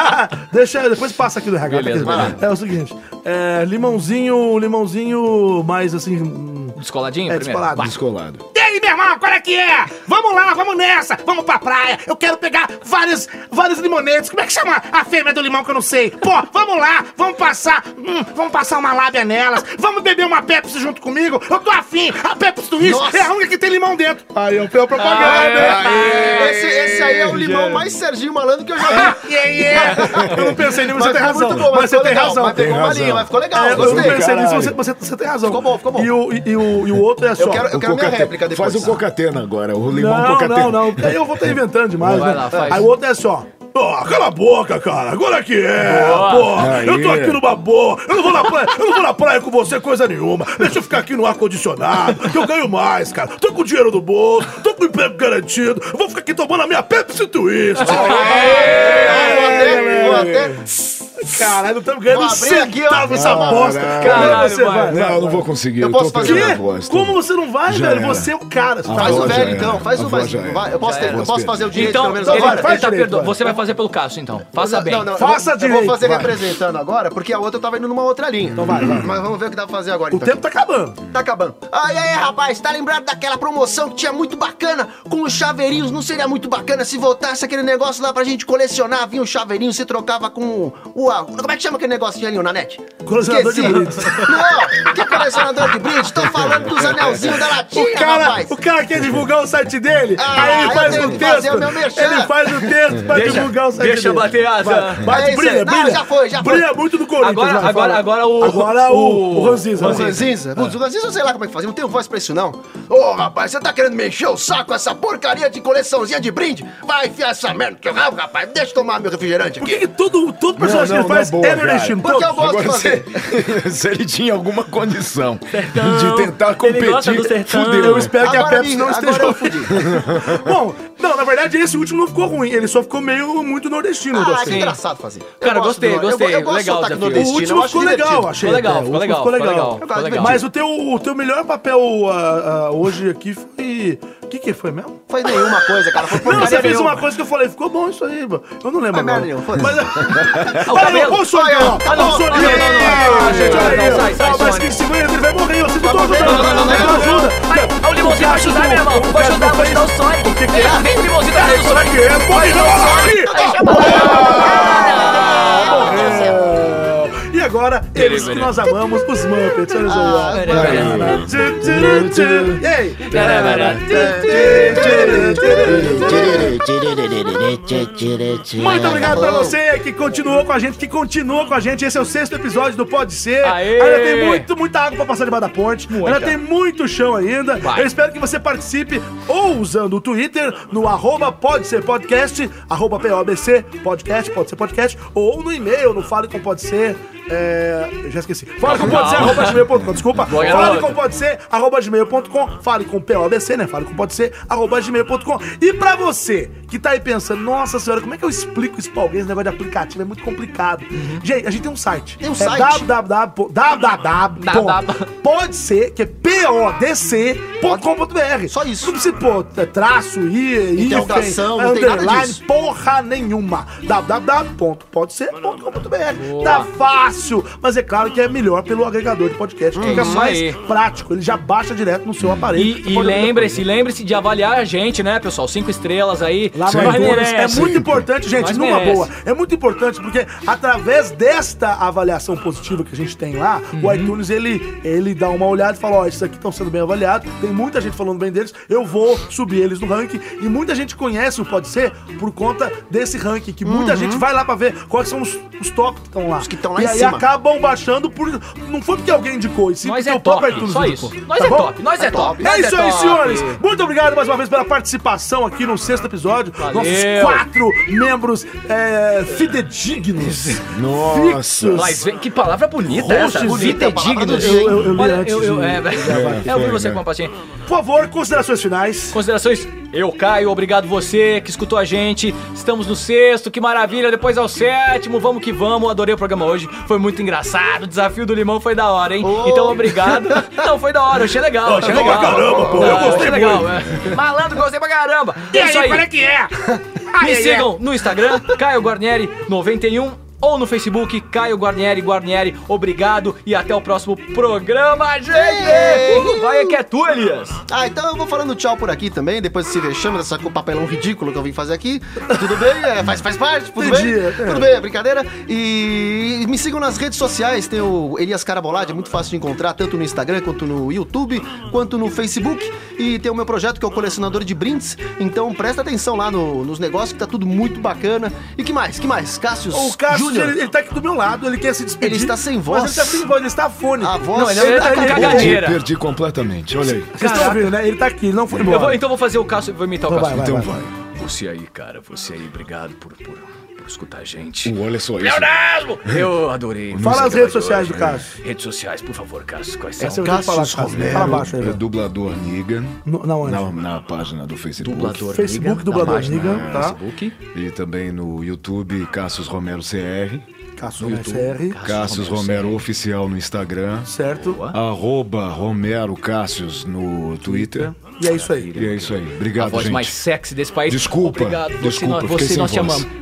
Deixa, depois passa aqui do RH.
Beleza,
tá aqui. É o seguinte, é, limãozinho, limãozinho mais assim... hum,
Descoladinho
É,
primeiro?
descolado.
Descolado.
E aí, meu irmão, qual é que é? Vamos lá, vamos nessa, vamos pra praia. Eu quero pegar vários, vários limonetes. Como é que chama a fêmea do limão que eu não sei? Pô, vamos lá, vamos passar, hum, vamos passar uma lábia nelas. Vamos beber uma Pepsi junto comigo. Eu tô afim, a Pepsi Twist
Nossa.
é a única que tem limão dentro.
Aí, eu fui a
Ah, é.
propaganda.
Esse, esse aí é o limão mais Serginho Malandro que eu já vi.
Yeah, yeah.
Eu não pensei nisso, É. você
É. Mas
tem
ficou
razão.
muito bom,
Mas você
ficou
tem
legal,
razão.
Mas pegou
Tem
uma linha,
razão.
mas ficou legal.
É, Eu não
gostei.
pensei nisso,
caralho.
você, você, você tem razão.
Ficou bom, ficou bom.
E o, e, e o, e o outro é só.
quero- eu
O
quero minha
cocate-
réplica depois.
Faz o cocatena agora, o limão
Não,
cocatena.
não, não. Aí eu vou estar inventando demais,
Vai
né?
lá, faz.
Aí o outro é só. Ó, cala a boca, cara. Agora que é, porra.
Aí.
Eu tô aqui numa boa. Eu não vou na praia, eu não vou na praia com você coisa nenhuma. Deixa eu ficar aqui no ar condicionado, que eu ganho mais, cara. Tô com dinheiro no bolso, tô com emprego garantido. Vou ficar aqui tomando a minha Pepsi Twist.
É, Vou até, vou até.
Caralho, não estamos
Vou
ganhando
abrir aqui, ó.
centavo
Ah,
essa bosta.
Caralho,
Caralho, você
vai.
vai.
Não, eu não vou conseguir.
Eu
Eu,
posso
tô
fazer-
perdendo a
Quê?
voz.
Como você não vai,
Já
velho?
era.
Você é o cara.
Ah,
Faz o
Agora já
velho
era.
então, faz o
A
mais.
voz já era.
vai, eu posso,
Já
ter-
era.
eu posso fazer o direito,
Então,
pelo menos.
ele,
agora?
vai, faz
ele tá
direito,
perdoando.
vai.
Você vai fazer pelo Cássio, então. Faça bem.
Não, não, eu
Faça
vou- Eu
direito,
vou fazer
vai.
representando agora, porque a outra eu tava indo numa outra linha. Então vai, vai. Mas vamos ver o que dá pra fazer agora.
O
então.
tempo tá acabando.
Tá acabando.
Ah, e aí, rapaz, tá lembrado daquela promoção que tinha muito bacana com os chaveirinhos? Não seria muito bacana se voltasse aquele negócio lá pra gente colecionar? Vinha um chaveirinho, se trocava com o. a- Como é que chama aquele negócio de anil na net?
Colecionador de brindes.
Não, que colecionador de brinde? Tô falando dos anelzinhos da latinha,
O cara,
rapaz.
o cara quer divulgar o site dele,
Ah,
aí ele
eu
faz
tenho
o
que
texto.
fazer o meu merchan.
Ele faz o texto pra
Deixa-
divulgar o site
deixa eu
dele.
bater as-
Vai,
É
Bate,
isso
brilha,
aí. Não,
brilha.
já foi, já foi.
Brilha muito do Corinthians.
Agora-
vai,
agora-
fala.
agora o-
Agora o.
o-
O Ranziza.
Os Ranzinza? Putz, os Ranzinza eu sei lá como é que faz, eu não tenho voz pra isso não. Ô rapaz, você tá querendo me encher o saco com essa porcaria de coleçãozinha de brinde? Vai enfiar essa merda que eu rabo, rapaz, deixa eu tomar meu refrigerante
Por
aqui.
que, que todo, todo personagem
não,
que ele faz
na boa,
é nordestino?
Porque eu gosto
Todos.
de
Agora,
fazer.
se, se ele tinha alguma condição de tentar
Ele gosta do
competir,
sertão.
Tá fudeu. né?
Eu espero que a
Agora
Pepsi
me-
não
agora
esteja
eu
ouvindo. Bom, não, na verdade esse último não ficou ruim, ele só ficou meio muito nordestino. eu
Ah,
gostei.
que engraçado fazer. Eu
assim. Cara,
gosto
gostei,
do- eu go-
gostei.
Eu gosto
Legal
do
o
sotaque
desafio.
O
nordestino,
último
eu acho
ficou legal,
divertido.
achei.
Ficou legal,
até. O
ficou
último
legal, ficou legal.
gosto de
Mas o teu, o teu melhor papel ah, ah, hoje aqui foi que, que foi mesmo?
Foi nenhuma coisa, cara. Foi
Não,
porcaria
você fez
nenhuma.
uma coisa que eu falei, ficou bom isso aí, mano. Eu não lembro
Ah, merda
agora.
nenhuma, foda-se.
Mas...
o
olha aí,
cabelo.
olha o Sonic, ó.
Ah, não,
Olha o
não,
Sonic.
não, não, não,
Ah, gente, olha
não,
aí.
não, sai, sai,
Ó, Mas
Sonic.
que segura ele, ele vai morrer. Eu sinto todo mundo.
não, não, não,
Me
não,
ajuda.
Ai, o Limãozinho vai ajudar, meu irmão. Vou ajudar, vou ajudar o Sonic. É, Vem, Limãozinho, tá ajudando o Sonic.
Sonic, é, pô, ele não morre. Ah, morreu. E agora, eles que nós amamos, os Muppets. Olha só. E aí? Muito obrigado pra você que continuou com a gente, que continua com a gente. Esse é o sexto episódio do Pode Ser.
Aê!
Ainda tem muito, muita água pra passar debaixo da ponte. Ainda tem muito chão ainda. Eu espero que você participe ou usando o Twitter no arroba Pode Ser Podcast, arroba POBC Podcast, Pode Ser Podcast, ou no e-mail, no Fale Com Pode Ser. É... Eu já esqueci. Fale com pode ser, arroba gmail.com. Desculpa. Fale com pode ser, arroba gmail.com. Fale com POBC, né? Fale com pode ser, arroba gmail.com. E pra você que tá aí pensando, nossa senhora, como é que eu explico isso pra alguém? Esse negócio de aplicativo é muito complicado. Gente, a gente tem um site.
Uhum. Tem um
é
site?
www. www. Pode ser, que é podc.com.br.
Só isso.
Não precisa pôr é, traço, i,
Interrogação,
hífen,
não tem nada
underline,
disso.
porra nenhuma. www.podc.com.br. Tá fácil, mas é claro que é melhor pelo agregador de podcast, que fica
isso
mais
aí.
prático. Ele já baixa direto no seu aparelho.
E,
Você
e
pode-
lembre-se, lembre-se de avaliar a gente, né, pessoal? Cinco estrelas aí.
Lá no
Nós
iTunes. É
merece.
muito importante, gente,
Nós
numa
merece.
boa. É muito importante porque através desta avaliação positiva que a gente tem lá,
Uhum.
o iTunes ele, ele dá uma olhada e fala: Ó, esses aqui estão sendo bem avaliados, tem muita gente falando bem deles, eu vou subir eles no ranking. E muita gente conhece o Pode Ser por conta desse ranking, que
Uhum.
muita gente vai lá pra ver quais são os, os top que estão lá.
Os que estão lá
e
em
aí
cima.
acabam baixando por. Não foi porque alguém indicou, e sim
Nós
porque
é
o próprio
top,
iTunes
só
indicou.
isso. Nós
Tá
é
bom?
top, nós é top.
É
nós
isso aí,
top.
senhores! Muito obrigado mais uma vez pela participação aqui no sexto episódio. Nossos quatro membros é, fidedignos.
Nossa.
Mas vem, que palavra bonita essa.
Roxos,
Bonita e digna.
dia, hein? Eu- eu li
Olha,
antes
eu, eu,
de- né?
é, é, eu vi você com uma pastinha.
Por favor, considerações finais.
Considerações? Eu, Caio, obrigado você que escutou a gente. Estamos no sexto, que maravilha. Depois ao sétimo, vamos que vamos. Adorei o programa hoje. Foi muito engraçado. O desafio do limão foi da hora, hein? Então, obrigado. Não, foi da hora. Eu achei legal. achei
legal
legal.
pra caramba, pô. Eu
Ah,
gostei
achei legal. é. Malandro, gostei pra caramba.
E
É isso
aí,
aí.
qual é que é?
Me
Ai, ai,
sigam no Instagram, Caio Guarnieri91 ou no Facebook, Caio Guarnieri Guarnieri. Obrigado e até o próximo programa, gente! Uh, vai que é tu, Elias!
Ah, então eu vou falando tchau por aqui também, depois desse vexame, dessa papelão ridículo que eu vim fazer aqui. Tudo bem? É, faz, faz parte, tudo
Entendi,
bem?
é.
Tudo bem, é brincadeira. E me sigam nas redes sociais, tem o Elias Carabolade, é muito fácil de encontrar, tanto no Instagram, quanto no YouTube, quanto no Facebook. E tem o meu projeto que é o Colecionador de Brindes, então presta atenção lá no- nos negócios que tá tudo muito bacana. E que mais? Que mais? Cássio
O Cássio,
Júnior.
ele, ele tá aqui do meu lado, ele quer se despedir.
Ele está sem
Mas
voz.
ele tá sem voz, ele está fone.
A voz
Não, ele- ele tá com
Ele- é um
cagadeira.
Perdi, perdi completamente. Olha aí.
Vocês estão ouvindo, né? Ele tá aqui, ele não foi
Eu vou-
embora.
então vou fazer o Cássio, vou imitar o
Então
Cássio.
vai, vai,
Então
vai.
vai.
Você aí, cara, você aí, obrigado por, por, por escutar a gente.
Uh, Olha só isso.
Leonardo! Eu adorei.
Fala as redes
Você
sociais do
trabalhou, né?
Cássio.
Redes sociais, por favor, Cássio, quais são?
Essa é eu vou ter que falar,
Cassius
Cássio. Fala baixo aí,
Romero, é
velho.
dublador Niga,
No- Na onde?
na, na página do Facebook.
Facebook
Liga,
dublador
na página
Liga,
no
tá?
Facebook.
E também no YouTube, Cassius Romero CR.
Cássio
No
Romero
YouTube,
SR,
Cassius Romero Oficial no Instagram.
certo?
Arroba Romero Cassius no Twitter.
E é isso aí.
E é isso aí. Obrigado,
A voz
gente.
mais sexy desse país.
Desculpa,
Obrigado, você,
desculpa,
nós,
fiquei
você,
sem
nós te
voz.
amamos.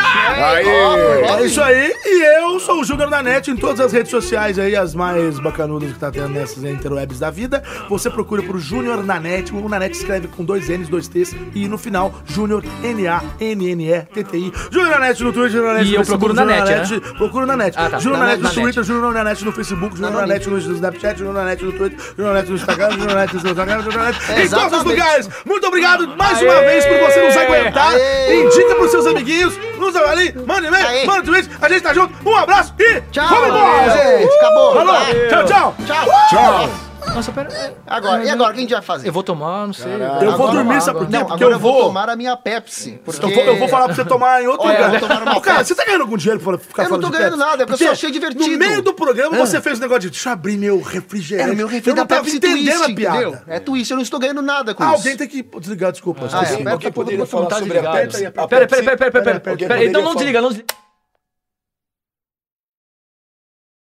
Aê!
É isso aí, e eu sou o Júnior da Net em todas as redes sociais aí, as mais bacanudas que tá tendo nessas interwebs da vida. Você procura por Júnior na Net, o na Net escreve com dois N's, dois T's e no final Júnior N-A-N-N-E-T-T-I. Júnior na Net no Twitter, Júnior na Net
E eu
Facebook,
procuro na
Júnior
Net,
Procuro na Net.
Ah, tá.
Júnior na,
Na
Net no
Net.
Twitter, Júnior na Net no Facebook, Júnior na Net no Snapchat, Júnior na Net no Twitter, Júnior na Net no Instagram, Júnior na Net no Instagram, Júnior na Net em todos os
Exatamente.
lugares. Muito obrigado mais uma
Aê!
vez por você nos aguentar.
Aê!
Indica pros seus amiguinhos, nos avalie, manda e-mail.
Aí.
Mano, Twitch, a gente tá junto. Um abraço e
Tchau,
vamos embora!
gente. Acabou.
Falou!
Vai.
Tchau, tchau!
Tchau.
Tchau!
Nossa, pera.
Agora, e agora, o que a gente vai fazer?
Eu vou tomar, não sei.
Eu vou
Agora
dormir,
uma
sabe
água.
por quê?
Não,
Porque
agora
eu vou-
tomar a minha Pepsi. Porque...
Então, Eu vou, eu vou falar pra você tomar em outro
Olha, eu
lugar.
vou tomar uma
Ô, cara,
Pepsi.
você tá ganhando algum dinheiro pra ficar
Eu não
falando
tô
de
ganhando
Pepsi?
nada, é porque eu só achei
No
divertido. Ah.
meio do programa, você fez um negócio de deixa eu abrir meu refrigerante.
Era o é, meu
eu
refri
não
da
tava
Pepsi
entendendo
Twist,
a piada.
entendeu? É Twist, eu não estou ganhando nada com
Ah,
isso.
Alguém tem que desligar, desculpa.
Ah, é,
esqueci.
aperta-
Pera, pera,
Peraí,
pera, pera, pera, pera, pera, pera, pera, pera, pera, pera, pera, então não desliga, não desliga.